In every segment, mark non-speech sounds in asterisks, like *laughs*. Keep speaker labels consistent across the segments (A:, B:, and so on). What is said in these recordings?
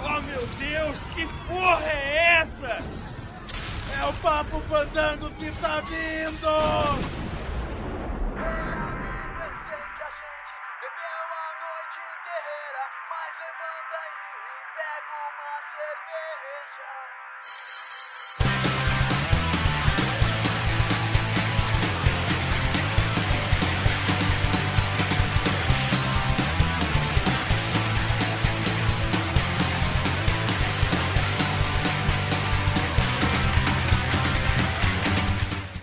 A: Oh, Deus, que porra é essa? É o Papo Fandangos que tá vindo!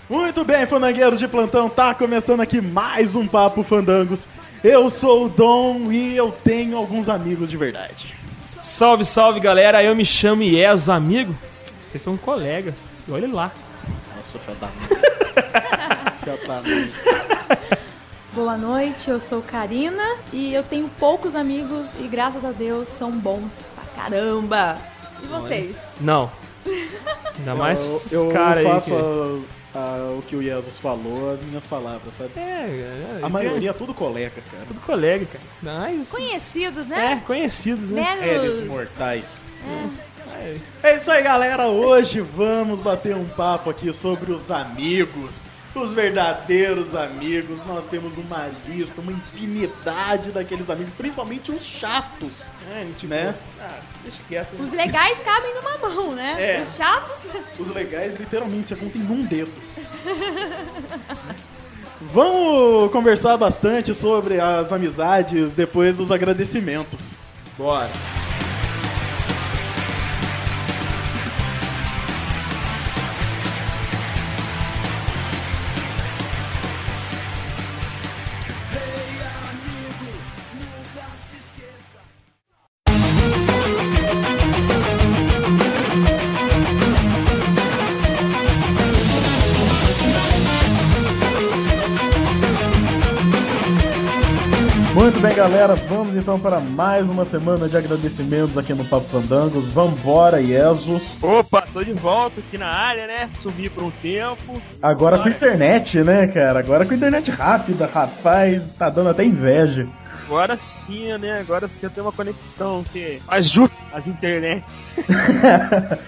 B: Muito bem, fandangueiros de plantão, tá começando aqui mais um Papo Fandangos. Eu sou o Dom e eu tenho alguns amigos de verdade.
C: Salve, salve galera, eu me chamo Ieso, amigo. Vocês são colegas, e olha lá.
B: Nossa, filha da mãe. *laughs* Filha da mãe.
D: Boa noite, eu sou Karina e eu tenho poucos amigos e graças a Deus são bons pra caramba. E vocês?
C: Não. Ainda mais
B: eu,
C: os caras aí.
B: faço
C: Que...
B: a- a- o que o Jesus falou, as minhas palavras, sabe?
C: É, é,
B: A maioria é tudo colega, cara.
C: é tudo colega, cara. Mas,
D: Conhecidos,
C: É,
D: né?
C: conhecidos, né?
B: Eles
D: Menos.
B: mortais. É isso aí, galera. Hoje vamos bater um papo aqui sobre os amigos, os verdadeiros amigos. Nós temos uma lista, uma infinidade daqueles amigos, principalmente os chatos,
C: É, tipo,
B: né?
C: Ah, deixa quieto.
D: Os legais cabem numa mão, né?
B: É.
D: Os chatos.
B: Os legais, literalmente, você conta em um dedo. *laughs* Vamos conversar bastante sobre as amizades depois dos agradecimentos.
C: Bora.
B: Muito bem, galera. Vamos então para mais uma semana de agradecimentos aqui no Papo Fandangos. Vambora, Jesus.
E: Opa, tô de volta aqui na área, né? Sumi por um tempo.
B: Agora com internet, né, cara? Agora com internet rápida, rapaz. Tá dando até inveja.
E: Agora sim, né? Agora sim eu tenho uma conexão que faz jus às internets. *laughs*
B: *laughs*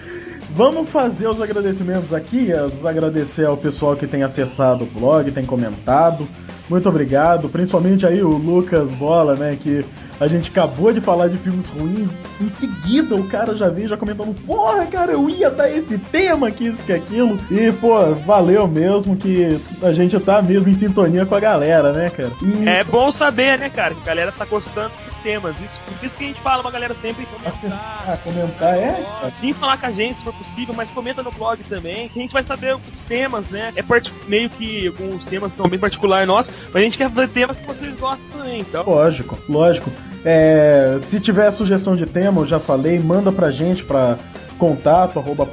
B: Vamos fazer os agradecimentos aqui. Jesus. Agradecer ao pessoal que tem acessado o blog, tem comentado. Muito obrigado. Principalmente aí o Lucas Bola, né? Que a gente acabou de falar de filmes ruins. Em seguida o cara já veio já comentando: Porra, cara, eu ia dar esse tema, que isso, que aquilo. E, pô, valeu mesmo que a gente tá mesmo em sintonia com a galera, né, cara? E
E: É bom saber, né, cara? Que a galera tá gostando dos temas. Isso, por isso que a gente fala pra galera sempre comentar.
B: acessar, comentar, é. cara.
E: Vem falar com a gente se for possível, mas comenta no blog também, que a gente vai saber os temas, né? É parti- meio que alguns temas são bem particulares nossos, mas a gente quer ver temas que vocês gostam também, então.
B: Lógico, lógico. É, se tiver sugestão de tema, eu já falei, manda pra gente pra contato, arroba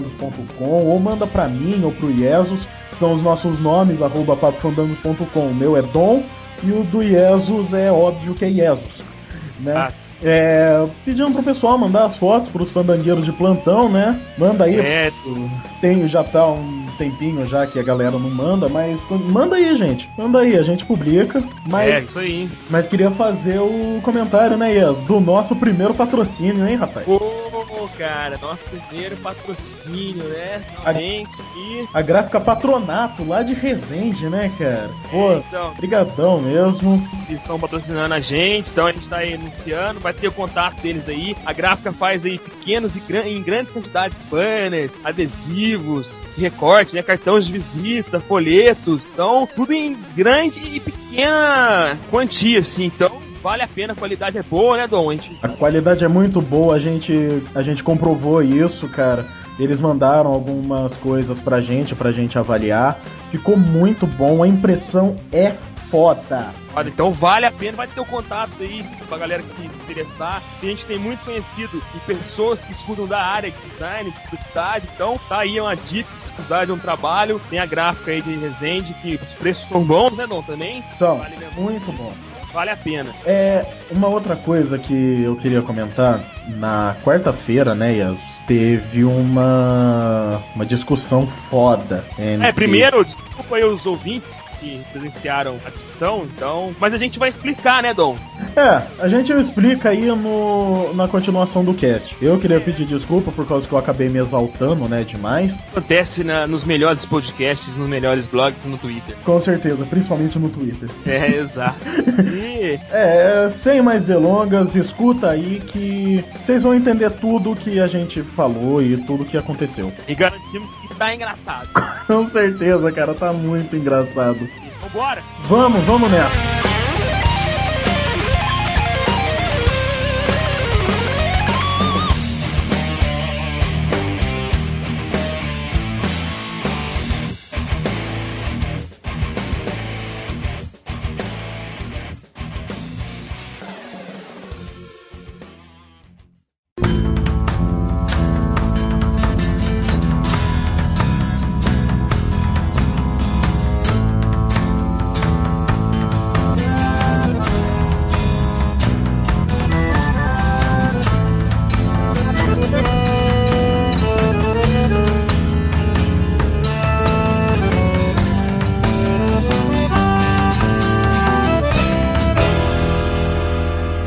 B: papofandangos.com, ou manda pra mim ou pro Iesus, são os nossos nomes, arroba papofandangos.com. O meu é Dom e o do Iesus é óbvio que é Iesus. Né?
E: Ah,
B: É, pedindo pro pessoal mandar as fotos pros fandangueiros de plantão, né? Manda aí,
E: é,
B: tem, já tá um tempinho já que a galera não manda, mas manda aí, gente. Manda aí, a gente publica. Mas
E: é, isso aí.
B: mas queria fazer o comentário, né, Ias? Do nosso primeiro patrocínio, hein, rapaz?
E: Ô, cara, nosso primeiro patrocínio, né? Realmente. E,
B: A gráfica Patronato, lá de Resende, né, cara? Pô,
E: então,
B: brigadão mesmo.
E: eles estão patrocinando a gente, então a gente tá aí anunciando, vai ter o contato deles aí. A gráfica faz aí pequenos e gran- em grandes quantidades banners, adesivos, de recorte, né? Cartões de visita, folhetos. Então, tudo em grande e pequena quantia, assim. Então, vale a pena, a qualidade é boa, né, Dom? A gente
B: A qualidade é muito boa, a gente, a gente comprovou isso, cara. Eles mandaram algumas coisas pra gente, pra gente avaliar. Ficou muito bom, a impressão é foda.
E: Olha, então vale a pena, vai ter o contato aí pra galera que se interessar. A gente tem muito conhecido e pessoas que estudam da área de design, de publicidade, então tá aí uma dica, se precisar de um trabalho, tem a gráfica aí de Resende, que os preços são bons, né, Dom, também?
B: São
E: Vale lembrar
B: muito
E: disso.
B: bom.
E: Vale a pena.
B: É, uma outra coisa que eu queria comentar, na quarta-feira, né, Iasus, teve uma, uma discussão foda. entre-
E: É, primeiro, desculpa aí os ouvintes, que presenciaram a discussão, então. Mas a gente vai explicar, né, Dom?
F: É, a gente explica aí no, na continuação do cast. Eu queria pedir desculpa por causa que eu acabei me exaltando, né, demais.
E: Acontece na- nos melhores podcasts, nos melhores blogs, no Twitter. *laughs*
F: Com certeza, principalmente no Twitter.
E: É, exato. E
F: É, sem mais delongas, escuta aí que vocês vão entender tudo que a gente falou e tudo que aconteceu. *laughs*
E: E garantimos que tá engraçado.
F: Com certeza, cara, tá muito engraçado.
E: Vambora!
F: Vamos, vamos nessa.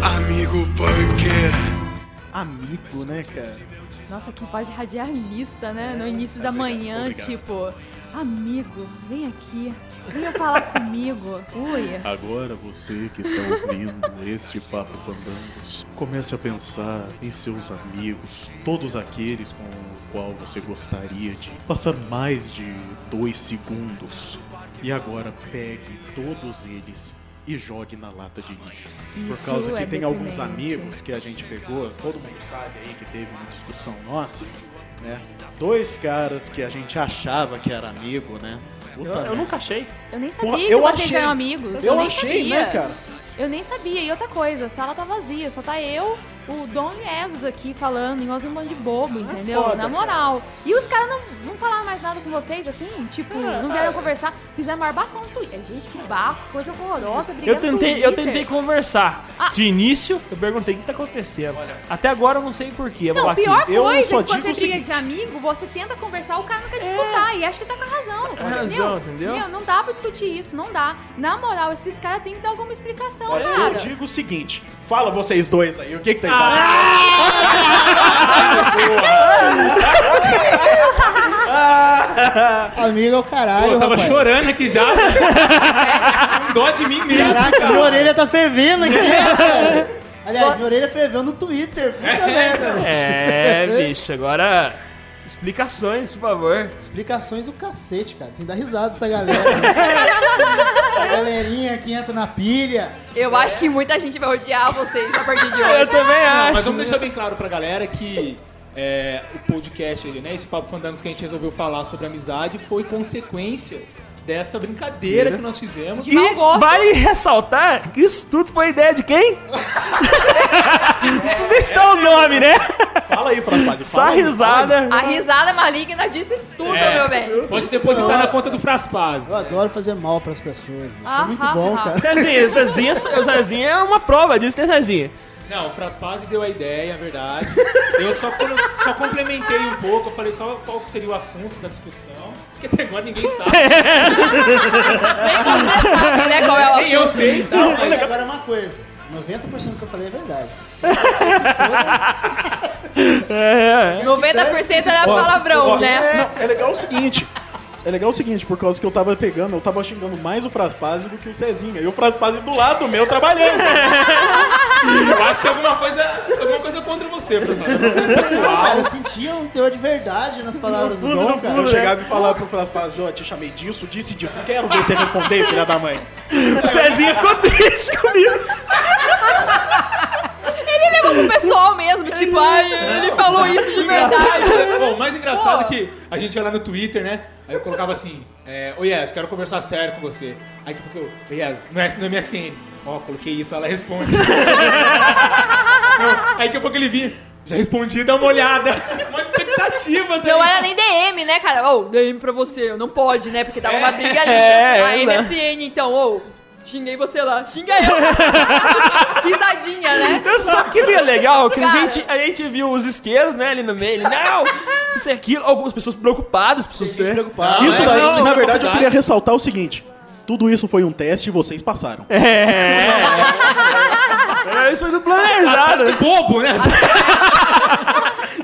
G: Amigo Bunker.
B: Amigo, né, cara?
D: Nossa, que voz de radialista, né?
B: É,
D: No início
B: tá
D: da manhã, tipo, amigo, vem aqui, venha falar comigo. Ui,
B: Agora você que está ouvindo este Papo Fandangos, comece a pensar em seus amigos, todos aqueles com o qual você gostaria de passar mais de dois segundos. E agora pegue todos eles e jogue na lata de lixo.
D: Isso
B: Por causa que
D: é
B: tem alguns
D: deprimente.
B: amigos que a gente pegou, todo mundo sabe aí que teve uma discussão nossa, né? Dois caras que a gente achava que era amigo, né?
H: Eu,
B: Puta
H: eu
B: merda.
H: nunca achei.
D: eu nem sabia
B: Porra,
D: que
B: eu
D: vocês
B: achei.
D: eram amigos.
B: Eu
D: nem
B: achei,
D: sabia.
B: né, cara?
D: Eu nem sabia. E outra coisa, a sala tá vazia, só tá eu, o Dom e o Ezos aqui falando, e nós um bando de
H: Ah, é
D: bobo, entendeu?
B: foda,
D: Na moral. E os caras não, não falaram mais nada com vocês, assim? Tipo,
H: Ah,
D: não vieram conversar, fizeram maior bafão no Twitter. Gente, que bafo, coisa horrorosa,
H: Eu
D: brigando
H: tentei, eu tentei conversar.
D: Ah.
H: De início, eu perguntei o que tá acontecendo. Até agora eu não sei porquê.
D: Não, pior
H: eu...
D: coisa
B: só
D: que
B: digo
D: você
B: o
D: briga de amigo, você tenta conversar, o cara não quer te escutar. E acha que tá com a razão.
H: É. a razão, entendeu?
D: Meu, não dá pra discutir isso, não dá. Na moral, esses caras têm que dar alguma explicação,
H: É,
D: cara.
B: Eu digo o seguinte, fala vocês dois aí, o que, que vocês
I: Amigo é o caralho,
J: Eu tava
I: rapaz.
J: chorando aqui já. Com dó de mim mesmo.
I: Caraca, minha orelha tá fervendo aqui, cara. Aliás, minha orelha ferveu no Twitter. Puta merda, velho.
H: É, bicho, agora. Explicações, por favor.
I: Explicações do cacete, cara. Tem que dar risada dessa galera. essa galerinha que entra na pilha.
D: Eu acho que muita gente vai odiar vocês a partir
H: *laughs*
D: de
H: é. Eu também
J: Não, mas
H: acho.
J: vamos deixar bem claro pra galera que é, o podcast, né, esse Papo Fandangos que a gente resolveu falar sobre amizade foi consequência dessa brincadeira que nós fizemos.
H: E
D: Não um gosto.
H: vale ressaltar que isso tudo foi ideia de quem? Vocês nem estão o nome, né?
B: Fala aí, Fraspaz.
H: Só risada.
D: A risada maligna disse tudo,
H: É.
D: meu bem.
J: Pode depositar na conta do Fraspaz.
I: Eu adoro fazer mal pras pessoas. Isso
D: Ah,
I: é muito
D: ah,
I: bom,
D: ah.
I: cara.
H: Cezinha, Cezinha, o Cezinha é uma prova disso, né, Cezinha?
J: Não, o Fraspaz deu a ideia, é verdade. Eu só, colo- só complementei um pouco, eu falei só qual que seria o assunto da discussão. Porque até agora ninguém
B: É.
J: sabe.
D: Nem você sabe, né, qual é o
J: Nem eu
D: assunto.
J: sei, então.
I: Mas agora uma coisa. 90% do que eu falei é verdade.
H: É.
D: 90% era palavrão, né?
B: Não, é legal o seguinte. É legal o seguinte, por causa que eu tava pegando, eu tava xingando mais o Fraspaz do que o Cezinha. E o Fraspaz do lado meu trabalhando.
J: Eu acho que alguma coisa, alguma coisa contra você, Fraspaz.
I: Cara, eu sentia um teor de verdade nas palavras do Dom, cara.
B: Então, Eu chegava e falava pro Fraspaz, ó, te chamei disso, disse disso. Quero ver você responder, filha da mãe.
H: O Cezinha ficou triste comigo.
D: Ele levou pro pessoal mesmo, tipo, ai, ele
H: É.
D: falou isso de verdade.
J: *laughs* Bom, o mais engraçado
D: Pô.
J: é que a gente ia lá no Twitter, né? Aí eu colocava assim, é, ô Yes, quero conversar sério com você. Aí que porque eu, "Ô, Yes, não é no MSN. Ó, coloquei isso, ela responde. Não, aí que a pouco ele vinha, já respondi, dá uma olhada. *laughs* Uma expectativa, tá
D: Não
J: ligado?
D: era nem DM, né, cara? Ô, DM pra você, não pode, né? Porque tava uma briga ali.
H: É,
D: a
H: né?
D: MSN, então, ô, xinguei você lá, xinga eu. *laughs* Risadinha, né?
H: Sabe o que é legal? Que a
D: Cara.
H: gente, a gente viu os isqueiros, né, ali no meio. Ele, não, isso é e aquilo. Algumas pessoas preocupadas, pessoas... *laughs*
I: Preocupado.
B: Isso
J: é,
B: daí,
J: não,
B: na verdade, eu
J: não.
B: queria ressaltar o seguinte.
K: Tudo isso foi um teste e vocês passaram.
H: É, isso foi tudo planejado.
J: Bobo, né?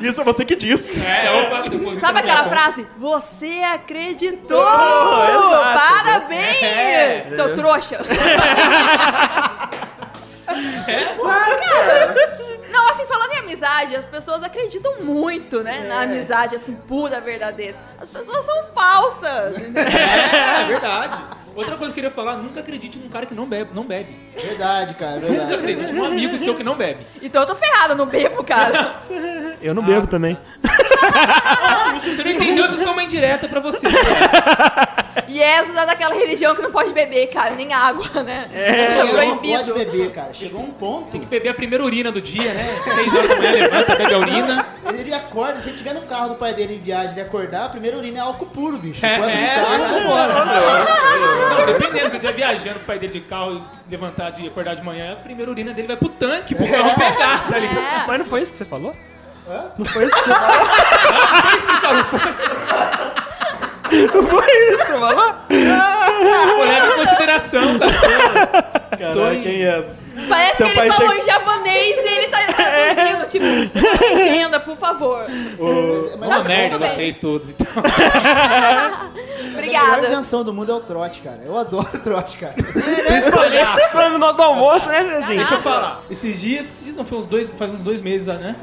K: Isso é você que diz.
J: É, opa, depois
D: Sabe
J: então,
D: aquela
J: é,
D: frase? Você acreditou!
H: exato.
D: Parabéns!
H: É.
D: Seu trouxa! Não, assim, falando em amizade, as pessoas acreditam muito, né? Na amizade, assim, pura, verdadeira. As pessoas são falsas.
J: É, é verdade. Outra coisa que eu queria falar, nunca acredite num cara que não bebe. Não bebe.
I: Verdade, cara,
J: Nunca
I: verdade.
J: acredite num amigo seu que não bebe.
D: Então eu tô ferrada, eu não bebo, cara.
H: Eu não bebo também.
J: Você não entendeu que foi uma indireta pra você.
D: Jesus é daquela religião que não pode beber, cara, nem água, né? É,
I: Ela não pode
D: proibido.
I: beber, cara. Chegou um ponto.
J: Beber a primeira urina do dia, né? Seis horas da manhã, levanta, bebe a urina.
I: Ele acorda, se ele tiver no carro do pai dele em viagem, ele acordar, a primeira urina é álcool puro, bicho.
J: É,
I: Enquanto tá,
J: é,
I: no carro, vambora.
J: Não, dependendo, se eu estiver viajando com o pai dele de carro e levantar de acordar de manhã, a primeira urina dele vai pro tanque pro carro pegar, tá ligado?
D: É.
H: Mas não foi isso que você falou? Não foi isso que você falou? Não foi isso, mano.
J: Pô, leva em consideração, tá? cara.
K: Caralho, quem é essa?
D: Parece
K: Seu
D: que
K: pai
D: ele falou
K: chega-
D: em japonês e ele tá traduzindo, tipo, legenda, por favor.
I: Mas, mas
J: é, Uma
I: a,
J: merda
D: bem.
J: vocês todos, então.
I: melhor
D: Obrigada.
I: invenção do mundo é o trote, cara. Eu adoro trote, cara.
H: Principalmente no final do almoço, né, Zezinho?
J: Deixa eu falar. Esses dias, esses dias não, foi uns dois, faz uns dois meses, né?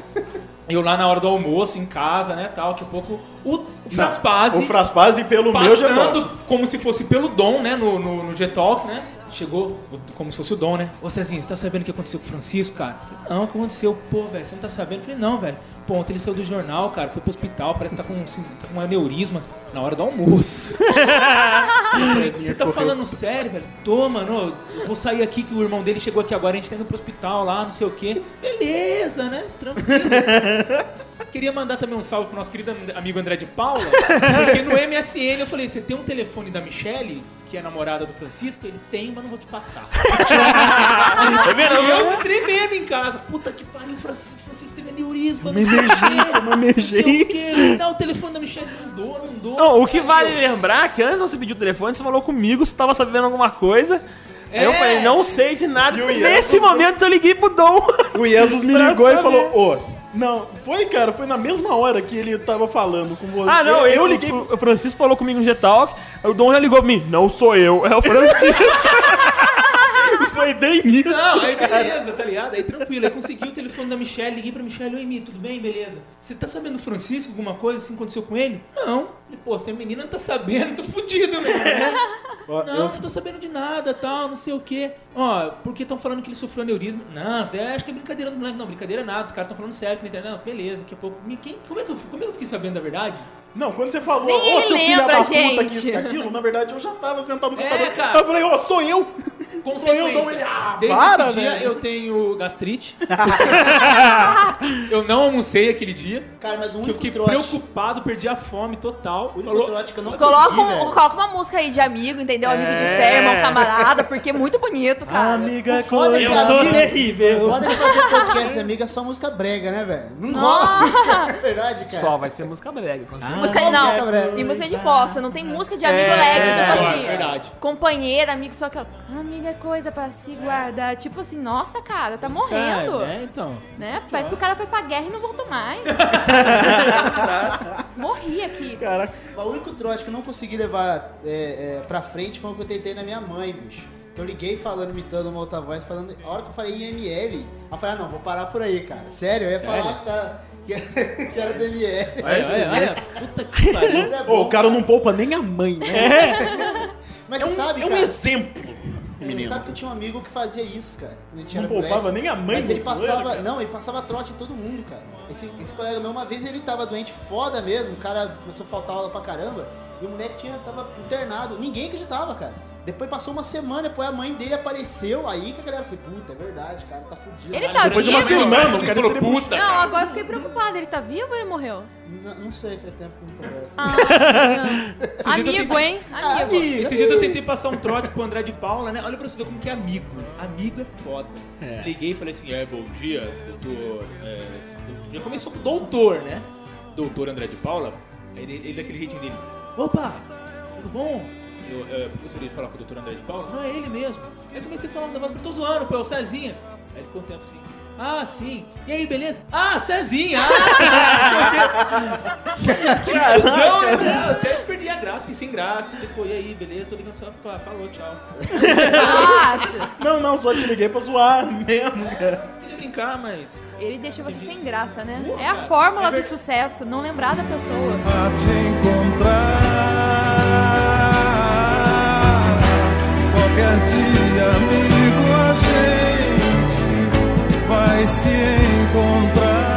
J: Eu lá na hora do almoço, em casa, né, tal, que pouco... O, o Fraspazzi...
K: O Fraspazzi pelo meu
B: é
J: passando
K: Getão.
J: como se fosse pelo Dom, né? No, no, no G-Talk, né? Chegou o- como se fosse o Dom, né? Ô Cezinho, você tá sabendo o que aconteceu com o Francisco, cara? Eu falei, Não, o que aconteceu? Pô, velho, você não tá sabendo? Eu falei, não, velho. Pô, ontem ele saiu do jornal, cara, foi pro hospital, parece que tá com, assim, tá com um aneurisma na hora do almoço. Eu falei, você tá falando sério, velho? Tô, mano, ó, vou sair aqui que o irmão dele chegou aqui agora, a gente tá indo pro hospital lá, não sei o quê. Beleza, né? *laughs* Tranquilo. Queria mandar também um salve pro nosso querido am- amigo André de Paula, porque no MSN eu falei, você tem um telefone da Michelle, que é namorada do Francisco? Ele tem, mas não vou te passar.
H: Tá
J: e eu tremendo em casa. Puta que pariu, Francisco, Francisco teve aneurisma. Uma emergência, uma emergência. Não, o telefone da Michelle não dou, não dou.
H: Não, o que vale lembrar é que antes você pediu o telefone, você falou comigo, você tava sabendo alguma coisa. Aí eu
J: É.
H: falei, não sei de nada.
K: E o Ian
H: Nesse momento eu liguei pro *laughs* Dom.
K: O Jesus *laughs* me
H: Pra
K: ligou e
H: saber.
K: falou, ô... não, foi, cara, foi na mesma hora que ele tava falando com você.
H: Ah, não,
K: eu
H: eu
K: liguei.
H: O Francisco falou comigo no G-Talk, aí o Dom já ligou pra mim. Não sou eu, é o Francisco.
K: Foi *laughs* bem isso.
J: Não, aí beleza, tá ligado? Aí tranquilo, aí consegui o telefone da Michelle, liguei pra Michelle, oi Mi, tudo bem? Beleza. Você tá sabendo do Francisco alguma coisa assim aconteceu com ele? Não. Falei, pô, se a menina não tá sabendo, tô fudido, né?
K: *laughs* Ó,
J: Não, não tô sabendo de nada, tal, não sei o quê. Ó, porque estão falando que ele sofreu aneurisma. Não, isso daí acho que é brincadeira do moleque. Não, brincadeira nada, os caras estão falando sério, que não entendeu? Não, beleza, daqui a pouco. Me- quem- como, é que eu, como é que eu fiquei sabendo da verdade?
K: Não, quando você falou, ô,
D: Nem ele
K: seu filho
D: lembra,
K: da puta que
D: gente.
K: isso, aquilo, na verdade eu já tava sentado no
J: É,
K: computador.
J: cara.
K: Eu falei, ó, sou eu. Sou eu, não, ele,
J: Consequência,
K: ah,
J: Desde
K: para,
J: esse dia
K: velho.
J: eu tenho
K: *laughs*
J: gastrite. *laughs* eu não almocei aquele dia.
I: Cara, mas o
J: Tipo, Que
I: único
J: eu fiquei
I: trote.
J: preocupado, perdi a fome total.
I: O único
J: Falou-
I: trote que eu não
D: Coloca,
K: assim,
I: consegui,
D: um-
K: né?
I: velho.
D: coloca uma música aí de amigo, entendeu? Amigo de fé, irmão camarada, porque é muito bonito, cara.
K: Amiga,
I: O foda é que
K: eu
I: a
K: sou
I: mina-
K: terrível.
I: Foda que fazer podcast de amiga é só música brega, né, velho? Não rola. *laughs* É verdade, cara.
H: Só vai ser música brega, com certeza.
K: Ah,
D: Música,
I: Só
D: não,
I: música breve.
D: e música de fossa, não tem música de amigo
H: É,
D: leve, tipo
J: é,
D: assim,
J: verdade.
D: companheira, amigo, só aquela, amiga é coisa pra se guardar, tipo assim, nossa, cara, tá morrendo,
J: É, então.
D: né? Parece que o cara foi pra guerra e não voltou mais. Morri aqui.
I: O único trote que eu não consegui levar é, é, pra frente foi o que eu tentei na minha mãe, bicho. Que eu liguei falando, imitando uma outra voz, falando. A hora que eu falei IML, ela falou: ah, não, vou parar por aí, cara. Sério, eu ia falar que, tá- que- que era *laughs* do ML.
J: Olha, né? olha, olha, puta que pariu.
I: Mas é bom,
K: *laughs* Ô, o cara não poupa nem a mãe, né?
I: Mas
K: É um,
I: você sabe,
K: é um
I: cara.
K: exemplo,
I: Você
K: menino.
I: sabe que eu tinha um amigo que fazia isso, cara. Quando a gente
K: Não
I: era moleque.
K: poupava nem a mãe
I: Mas
K: do
I: ele
K: zoeira,
I: passava.
K: cara.
I: não, ele passava trote em todo mundo, cara. Esse, esse colega meu, uma vez ele tava doente foda mesmo, o cara começou a faltar aula pra caramba. E o moleque tinha, tava internado. Ninguém acreditava, cara. Depois passou uma semana, depois a mãe dele apareceu, aí que a galera foi, puta, é verdade, cara, tá fudido.
D: Ele tá
K: Depois de uma
D: vivo?
K: semana, o cara
J: Falou,
K: seria
J: puta,
D: Não,
J: cara.
D: agora eu fiquei preocupada, ele tá vivo ou
K: *laughs*
D: ele morreu?
I: Não, não sei, faz tempo que eu não converso. Ah,
D: Ah, amigo, hein? Amigo.
J: Esses dias eu tentei passar um trote pro André de Paula, né? Olha pra você ver como que é amigo. Amigo é foda. Liguei e falei assim, é, bom dia, doutor... é, já começou com doutor, né? Doutor André de Paula. Aí ele, ele daquele jeitinho dele. Opa, tudo bom? eu, é, eu gostaria de falar com o doutor André de Paula. Não, é ele mesmo. Aí comecei a falar um negócio, eu tô zoando, pô, é o Cezinha. Aí ele ficou um tempo assim. Ah, sim. E aí, beleza? Ah, Cezinha! Ah, não, né, né? Eu até perdi a graça, fiquei sem graça. Falei, pô, e aí, beleza? Tô ligando só pra falou, tchau.
D: Nossa,
B: Não, não, só te liguei pra zoar
K: *laughs*
B: mesmo, cara.
J: Queria brincar, mas.
D: ele deixa você sem graça, né? É a fórmula do sucesso, não lembrar da pessoa.
L: a te encontrar. Qualquer dia, amigo, a gente vai se encontrar.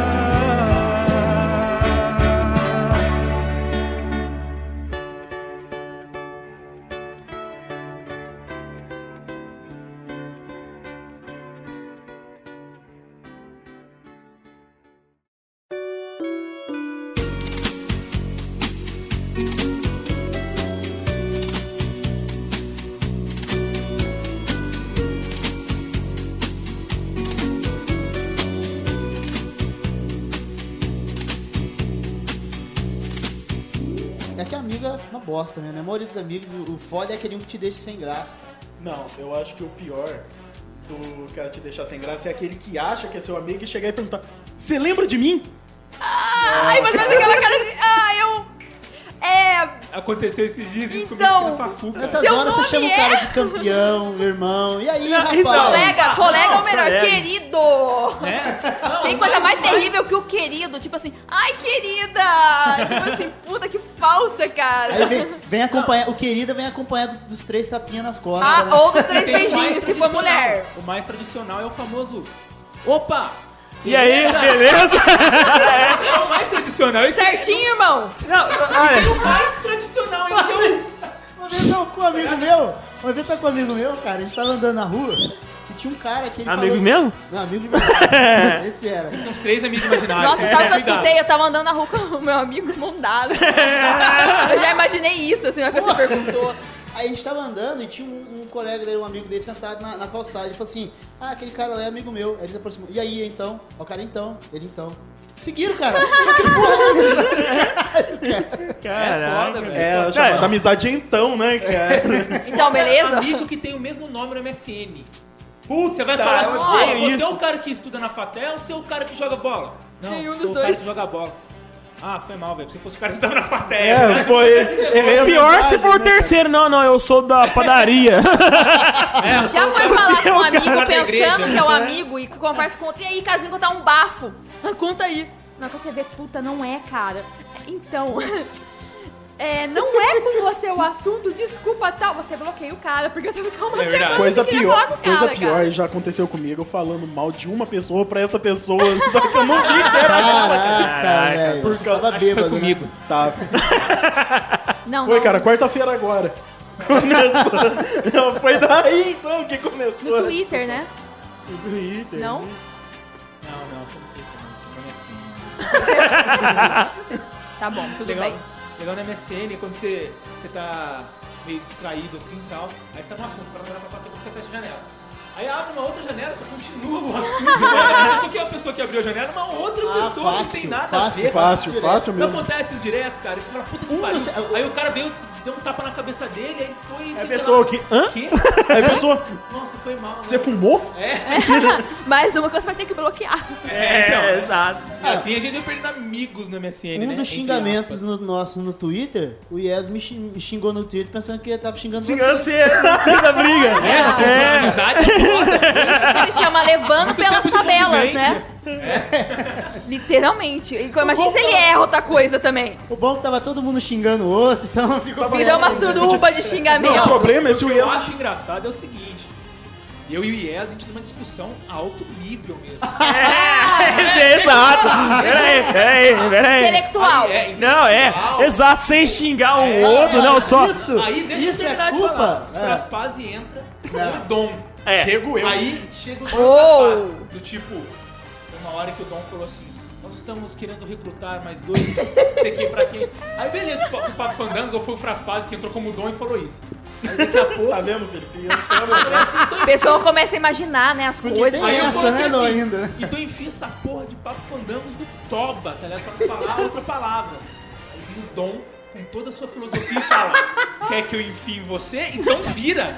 I: É que amiga é uma bosta mesmo, né? A maioria dos amigos, o o foda é aquele um que te deixa sem graça.
B: Não, eu acho que o pior do cara te deixar sem graça é aquele que acha que é seu amigo e chegar e perguntar: Você lembra de mim?
D: Ai, mas faz aquela cara assim, ah, eu... É,
J: Aconteceu esses dias, isso
D: Então,
J: comigo na facu, cara.
I: Nessas
D: Seu
I: horas você chama
D: nome é-
I: o cara de campeão, irmão. E aí, rapaz?
K: então,
D: colega, colega é o melhor,
H: colega.
D: querido.
J: Né?
D: Tem coisa mais terrível que o querido, tipo assim, ai, querida. Tipo assim, puta que falsa,
I: Aí
D: cara.
I: vem, vem acompanhar, o querida vem acompanhado dos três tapinhas nas costas.
D: Ah,
I: né?
D: ou do *laughs* três
J: Tem o mais
D: beijinhos, se for
J: tradicional.
D: mulher.
J: O mais tradicional é o famoso. Opa!
H: E aí, beleza?
J: É o mais tradicional. Esse
D: Certinho, irmão.
H: Não, olha,
J: é o mais tradicional, então.
I: Uma vez eu com um amigo meu, uma vez tá com um amigo meu, cara, a gente tava andando na rua e tinha um cara que ele
H: amigo
I: falou...
H: mesmo?
I: Não, amigo de
J: *laughs*
I: verdade. Esse era.
J: Tem uns três amigos É, imaginários.
D: Nossa, sabe o que eu
J: Cuidado.
D: escutei? Eu tava andando na rua com o meu amigo mão
J: *laughs*
D: dada. Eu já imaginei isso, assim, na hora que você perguntou.
I: Aí a gente tava andando e tinha um, um colega dele, um amigo dele, sentado na, na calçada. Ele falou assim: Ah, aquele cara lá é amigo meu. Aí ele se aproximou. E aí, então? Aí O cara, então. Ele, então. Seguiram, cara.
H: Caraca.
B: É, a chamada amizade é então, né, cara?
D: Então, beleza?
J: um Amigo que tem o mesmo nome no MSN. Putz, você vai falar assim,
H: eu
J: "Ah,
H: odeio
J: você é
H: isso."
J: o cara que estuda na Fatel ou você é o cara que joga bola? Não,
D: Nenhum
J: sou
D: dos
J: o
D: dois.
J: cara que joga bola. Ah, foi mal, velho. Se fosse o cara que estudava na Fatel.
B: É, foi. errei a
H: Pior se
B: amizade,
H: for o
B: né,
H: terceiro. Não, não, eu sou da padaria.
J: É,
D: Já
J: eu sou o
D: foi
J: cara-
D: falar com um
J: cara da
D: amigo pensando
J: igreja. né?
D: que é um amigo e conversa com outro. E aí, cara, vem contar um bafo. *laughs* Ah, Conta aí. Na hora que você vê, puta, não é, cara. Então. *laughs* É, não é com você o assunto, desculpa tal. Você bloqueia o cara, porque você fica uma
J: É verdade.
D: semana
B: Coisa
D: sem querer falar com
B: pior,
D: o cara,
B: coisa pior
D: cara.
B: já aconteceu comigo, eu falando mal de uma pessoa pra essa pessoa, *laughs* só que eu não vi que era
I: Caraca, velho. Por
B: causa-
I: tava
J: Acho que
I: bêbado.
J: foi
I: né?
J: comigo.
B: Tá.
D: Não,
B: Foi,
D: não.
B: cara, quarta-feira agora. *laughs* Começou. Não, foi daí então que começou.
D: No Twitter, né?
H: No Twitter.
D: Não?
J: Não, não, foi no Twitter, não. Foi no MSN.
D: Tá bom, tudo
J: assim. legal,
D: bem.
J: legal na MSN é quando você, você tá meio distraído assim e tal. Aí você tá no assunto, para parar pra que você fecha a janela. Aí abre uma outra janela, você continua o assunto. né? Só que a pessoa que abriu a janela é uma outra
I: Ah,
J: pessoa que não
I: fácil,
J: tem nada a
I: fácil,
J: ver.
B: Fácil, fácil
J: Não
B: mesmo.
J: acontece isso direto, cara. Isso é uma puta que
I: Um
J: pariu.
I: dos- o-
J: Aí o cara veio, deu um tapa na cabeça dele, aí foi.
H: É a
J: sei
H: pessoa
J: lá,
H: que. Hã?
J: quê?
B: Aí a pessoa,
J: Nossa, foi mal. né?
B: você fumou?
J: É,
D: Mais uma que você vai ter que bloquear.
J: é, *laughs* então.
H: exato.
J: E assim a gente vai perdendo amigos no MSN, né?
I: Um
J: Entre
I: dos xingamentos
J: aspas.
I: no nosso no Twitter, o Yes me xing- me xingou no Twitter pensando que ele tava xingando
H: Xingando
I: você.
H: você, você da briga.
J: É,
H: É,
J: amizade, foda. *laughs*
D: Isso que ele chama levando pelas
J: tempo de É.
D: tabelas, né?
J: convivência.
D: Literalmente. E Imagina se ele erra outra coisa também.
I: O bom é que tava todo mundo xingando o outro, então *laughs* ficou
D: Me deu uma
I: parecendo-
D: suruba de
B: o
D: xingamento.
B: problema é se
J: O
B: o
J: que eu
B: Ian.
J: acho engraçado é o seguinte. Eu e o IES, a gente tem uma discussão a alto nível mesmo.
H: é, exato. Peraí, peraí, peraí.
D: Intelectual.
J: É, então,
H: Não, é, exato, sem xingar um outro, não, só.
I: É. Isso,
J: aí deixa
I: isso
J: eu
I: é
J: terminar de
I: culpa.
J: falar.
I: É.
J: Fraspaz entra o Dom.
H: É.
J: Chego eu. Aí chega o Dom
D: Oh.
J: Fraspaz, Do tipo, uma hora que o Dom falou assim, nós estamos querendo recrutar mais dois, não sei quem pra quem. Aí beleza, o Papo Fandangos, ou foi o Fraspaz que entrou como Dom e falou isso. Aí daqui a pouco... um
B: Tá vendo, Felipe?
J: *laughs*
B: Ian?
D: A pessoa começa a imaginar, né, as coisas.
I: tem-
J: Aí eu
I: Essa,
J: coloquei
I: né,
J: assim,
I: Lô, ainda.
J: Então enfia essa *laughs* porra de papo fandangos do Toba, tá ligado? Pra não falar outra palavra. Aí vem o Dom, com toda a sua filosofia e fala: Quer que eu enfie em você? Então
I: *laughs*
J: vira!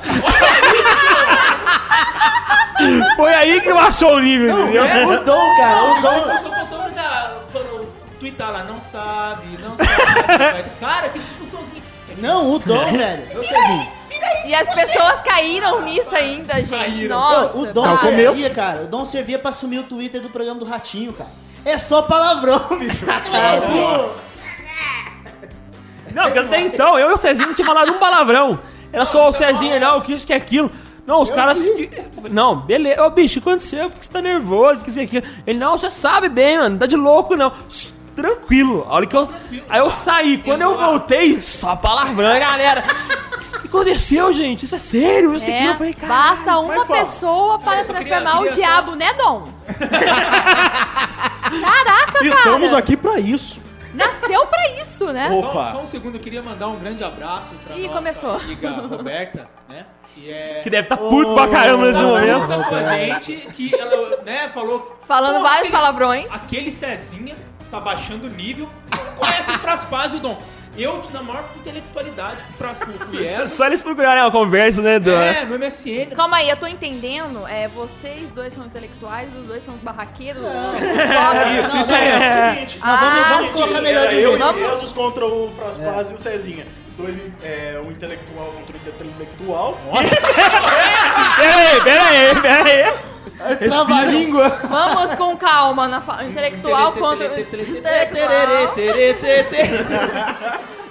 H: Foi aí que baixou o nível, entendeu?
I: É o dom, cara, o dom.
J: Só faltou mandar quando twittar lá, não sabe, não sabe. *laughs* Cara, que discussãozinha.
I: Não, o dom, velho. Eu sei bem.
D: E as pessoas caíram nisso ainda, gente. Nossa. tá
I: o dom
D: para. É.
I: servia, cara. O dom servia pra assumir o Twitter do programa do Ratinho, cara. É só palavrão, *laughs* bicho. Vai tomar no cu.
H: Não, porque até então, eu e o Cezinho não tinha falado um palavrão. Era só o Cezinho, não, que isso, que aquilo. Não, os caras. que- Não, beleza. Ô, bicho, o que aconteceu? Por que você tá nervoso? Que isso, que aquilo. Ele, não, você sabe bem, mano. Não tá de louco, não. Shh, Tranquilo. A hora que eu. Aí eu saí. Quando eu voltei, só palavrão, hein, galera. O que aconteceu, gente? Isso é sério? Isso, que aquilo. Eu falei,
D: É,
H: cara.
D: basta uma pessoa para transformar
J: queria
D: o
J: só-
D: diabo, né, Dom? Caraca, cara!
K: Estamos aqui pra isso.
D: Nasceu pra isso, né?
J: Só, só um segundo, eu queria mandar um grande abraço pra
D: Ih,
J: nossa
D: começou.
J: amiga Roberta, né? Que é.
H: Que deve tá puto pra caramba nesse momento.
J: Conversa com a gente que ela né, falou.
D: Falando
J: "Porra,
D: vários
J: aquele-
D: palavrões.
J: Aquele Cezinha tá baixando o nível. Não conhece o Fraspaz e o Dom. Eu, na maior intelectualidade, com o Fraspaz e o
H: Só-
J: Eros.
H: Só eles procurarem uma conversa, né, Dan?
J: É, no MSN.
D: Calma aí, eu tô entendendo. É, vocês dois são intelectuais, os dois são os barraqueiros. Os
J: Isso, isso é.
B: Seguinte,
D: Ah,
I: Vamos, vamos
D: sim.
I: colocar melhor
B: Era
I: de
B: eu e
I: jeito.
D: Vamos-
B: Bezos contra o Fraspaz e o Cezinha. Dois, é, um intelectual contra o intelectual.
H: Peraí, peraí, peraí.
I: Trava a língua.
D: Vamos com calma na fa- intelectual contra intelectual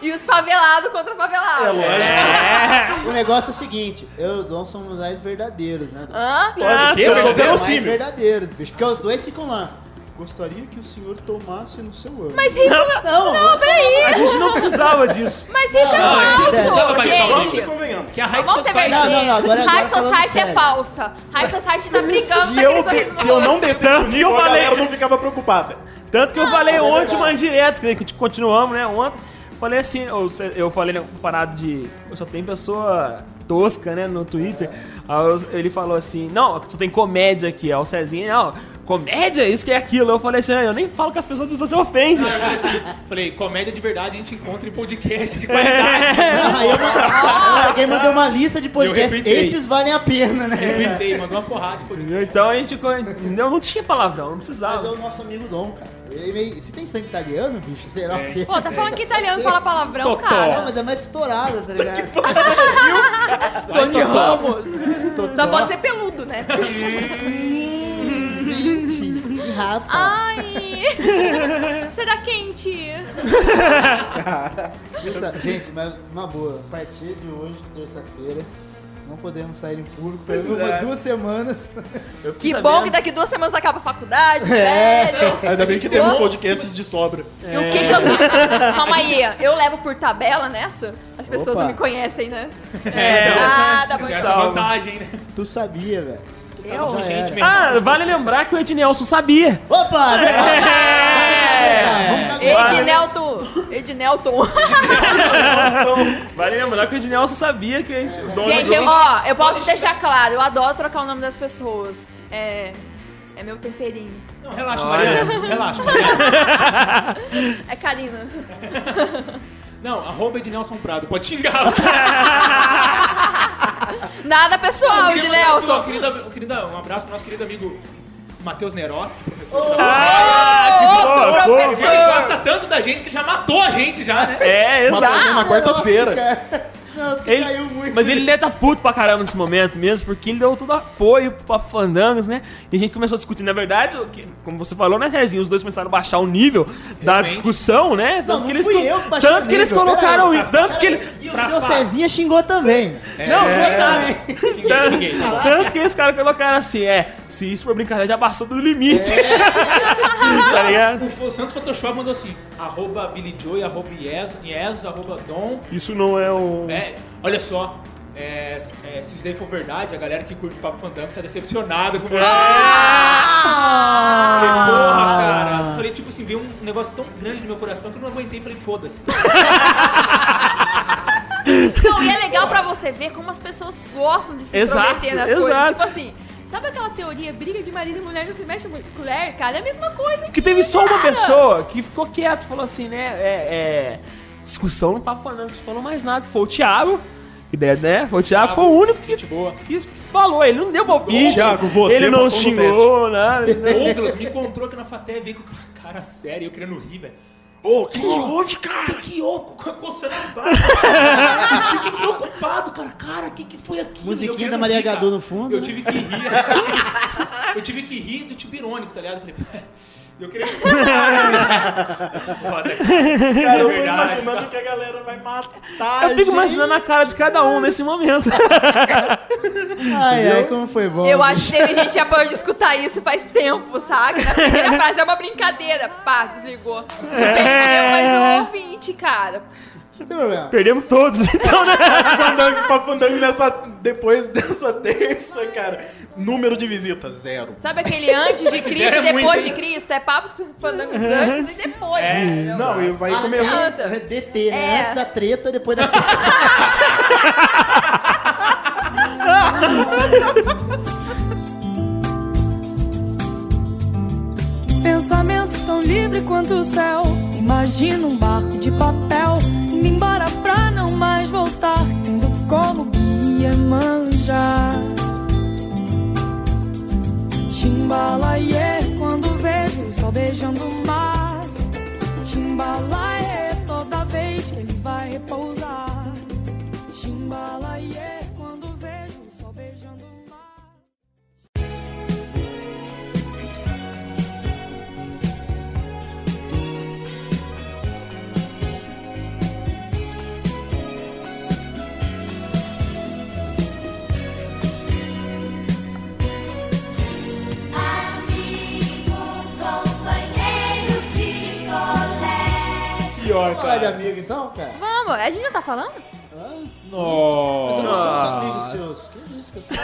D: e os favelados contra favelados.
I: O negócio é o seguinte, eu e o Dom somos mais verdadeiros, né? Dom?
D: Hã?
H: Nossa,
I: Somos
H: eu
I: mais verdadeiros, bicho. Porque os dois ficam lá. Gostaria que o senhor tomasse no seu ano.
D: Mas rico não,
I: não,
D: não, peraí.
H: A gente não precisava disso.
D: Mas rico é
I: Não, não,
J: não,
D: falso,
J: mas vamos
D: gente.
J: Que a Hype
D: Vamos ser
J: Society.
I: Não,
D: verdadeiros.
I: não, não, agora- agora
D: High
I: falando
D: Society é
I: sério.
D: falsa. High Society tá brigando,
B: Se
D: tá
B: eu,
D: aquele
B: de-
D: sorriso
B: se
D: no
B: eu não
D: rosto.
B: descesse
H: Tanto
B: o
H: que eu
B: nível, a
H: falei.
B: galera não ficava preocupada.
H: Tanto que eu falei
I: não é
H: ontem
I: verdade.
H: uma direto, que que continuamos, né? Ontem. Falei assim, eu, eu falei né, parado de. eu Só tem pessoa tosca, né? No Twitter. Aí eu- ele falou assim: Não, só tem comédia aqui. Aí o Cezinho, não, comédia? Isso que é aquilo. Eu falei assim: ah, Eu nem falo com as pessoas, a pessoa se ofende.
J: Cara, eu falei assim, Falei, comédia de verdade a gente encontra em podcast de qualidade.
I: Ah, aí eu mandei- alguém mandou uma lista de podcasts.
J: Eu retuitei.
I: Esses valem a pena, né?
J: Eu gritei, mandou uma porrada de podcast.
H: Entendeu? Então a gente. co- Não, não tinha palavrão, não
I: Mas é
H: precisava.
I: o nosso amigo Dom, cara. Ele meio- Se tem sangue italiano, bicho, sei lá o quê.
D: Pô, tá falando que italiano fala palavrão,
I: Não,
D: cara.
I: mas é mais estourado, tá ligado?
H: Tony Ramos!
I: Totó.
D: Só pode ser peludo, né?
I: Gente, rapaz.
D: Ah. Ai! Você dá quente!
I: Puta, gente, mas uma boa. A partir de hoje, terça-feira, não podemos sair em público pelo menos uma, duas semanas. *laughs*
D: Que bom que daqui duas semanas acaba a faculdade, velho!
B: Ainda bem que
D: temos
B: temos
D: Vamos.
B: podcasts de sobra.
D: E o que que eu. Calma aí, eu levo por tabela nessa? As pessoas
I: Opa.
D: não me conhecem, né?
H: É,
D: ah, dá pra
H: essa-
J: Essa
H: Salva.
J: vantagem, né?
I: Tu sabia, velho.
D: Eu?
I: Já era.
H: Ah, vale lembrar que o Ed Nelson sabia.
I: Opa! Vamos
D: É.
I: agora.
D: Ednelton! Ednelton!
H: Vale lembrar que o Ed Nelson sabia que a gente. O dono
D: Gente, eu, ó, eu posso deixar claro, eu adoro trocar o nome das pessoas. É. É meu temperinho.
J: Não, relaxa, Mariana. Relaxa, Mariana.
D: É Karina.
J: Não, arroba de Nelson Prado. Pode
D: Ah,
J: xingar.
D: Nada pessoal,
J: Eu
H: é
J: queria mandar pro
D: Ednelson!
J: nosso querido- querido- um abraço pro nosso querido amigo Matheus Neroski, professor.
H: Ah, que
D: Outro
H: fofo.
J: Ele
D: professor!
J: gosta tanto da gente que ele já matou a gente já, né?
H: É, exato.
B: Na quarta-feira.
I: Nossa, que
H: Ele-
I: caiu muito.
H: mas ele deve tá puto pra caramba nesse momento mesmo, porque ele deu todo apoio pra Fandangos, né? E a gente começou a discutir. Na verdade, o que- como você falou, né, Zezinho? Os dois começaram a baixar o nível da discussão, né? Tanto
I: Não, não
H: que eles,
I: fui
H: co-
I: eu que baixei
H: tanto
I: o
H: que eles
I: nível,
H: colocaram.
I: peraí.
H: o- Tanto que, ele,
I: E o seu Cezinha xingou também. Xingou também.
H: tanto, tanto que eles caras colocaram assim: é, se isso for brincadeira, já passou do limite.
I: É.
H: *laughs* tá ligado?
J: O Santos Photoshop mandou assim, arroba Billy Joy, arroba Ieso, Ieso, arroba Dom.
H: Isso não é o.
J: É, olha só, é, é, se isso daí for verdade, a galera que curte o Papo Fandango está decepcionada com você. Falei, porra, cara. Falei, tipo assim, veio um negócio tão grande no meu coração que eu não aguentei. Falei, foda-se. tá
D: Não, e é legal pra você ver como as pessoas gostam de se
H: Exato,
D: intrometer nas coisas.
H: exato.
D: Tipo assim, sabe aquela teoria, briga de marido e mulher não se mexe com mulher? Cara, é a mesma coisa.
H: Porque teve só uma pessoa que ficou quieto, falou assim, né? É, é, discussão no Papo Fernandes falou mais nada. Foi o Thiago, que daí, né? Foi o Thiago, foi o único que,
J: Gente boa.
H: que falou. Ele não deu palpite.
K: Thiago, você
H: ele não
K: passou no
H: xingou, né, nada. ele não-
J: Douglas me encontrou aqui na Faté, veio com aquela cara séria, eu querendo rir, velho. Ô, que que houve, cara? Que que houve? Co- Coçando no braço. Eu fiquei preocupado, cara. Cara, o que que foi aqui?
I: Musiquinha da Maria Gadu no fundo,
J: Eu
I: né?
J: tive que rir. eu tive que- Eu tive que rir do tipo irônico, tá ligado? Eu falei, "Pera, eu queria... Foda.
B: Cara, eu tô
J: Verdade,
B: imaginando que a galera vai matar.
H: Eu fico
B: gente.
H: imaginando a cara de cada um nesse momento. *laughs*
I: Ai, ai, como foi bom.
D: Eu
I: gente.
D: acho que teve gente que já parou de escutar isso faz tempo, sabe? Na primeira frase é uma brincadeira. Pá, desligou. Perdeu mais um ouvinte, cara.
I: Não tem problema.
H: Perdemos todos, então, né?
B: Fandango, pra Fandango nessa, depois *laughs* dessa terça, cara. Número de visitas, zero.
D: Sabe aquele antes de Cristo e
J: Fizeram
D: depois
J: muito,
D: de
J: hein?
D: Cristo? É papo fandangos antes e depois. entendeu?
B: Não, e vai começar.
D: Canta.
I: É DT, né?
D: É.
I: Antes da treta, depois da treta.
M: Pensamento tão livre quanto o céu. Imagino um barco de papel indo embora pra não mais voltar, tendo como guia manjar. Chimbalaie, é quando vejo o sol beijando o mar. Chimbalaie, toda vez que ele vai repousar. Chimbalaie, quando vejo o sol beijando o mar.
J: Pior,
I: Falar de
J: cara.
I: amigo, então, cara?
D: Vamos, a gente não tá falando?
I: Mas eu não sou os amigos seus. Que isso que eu sou? Eu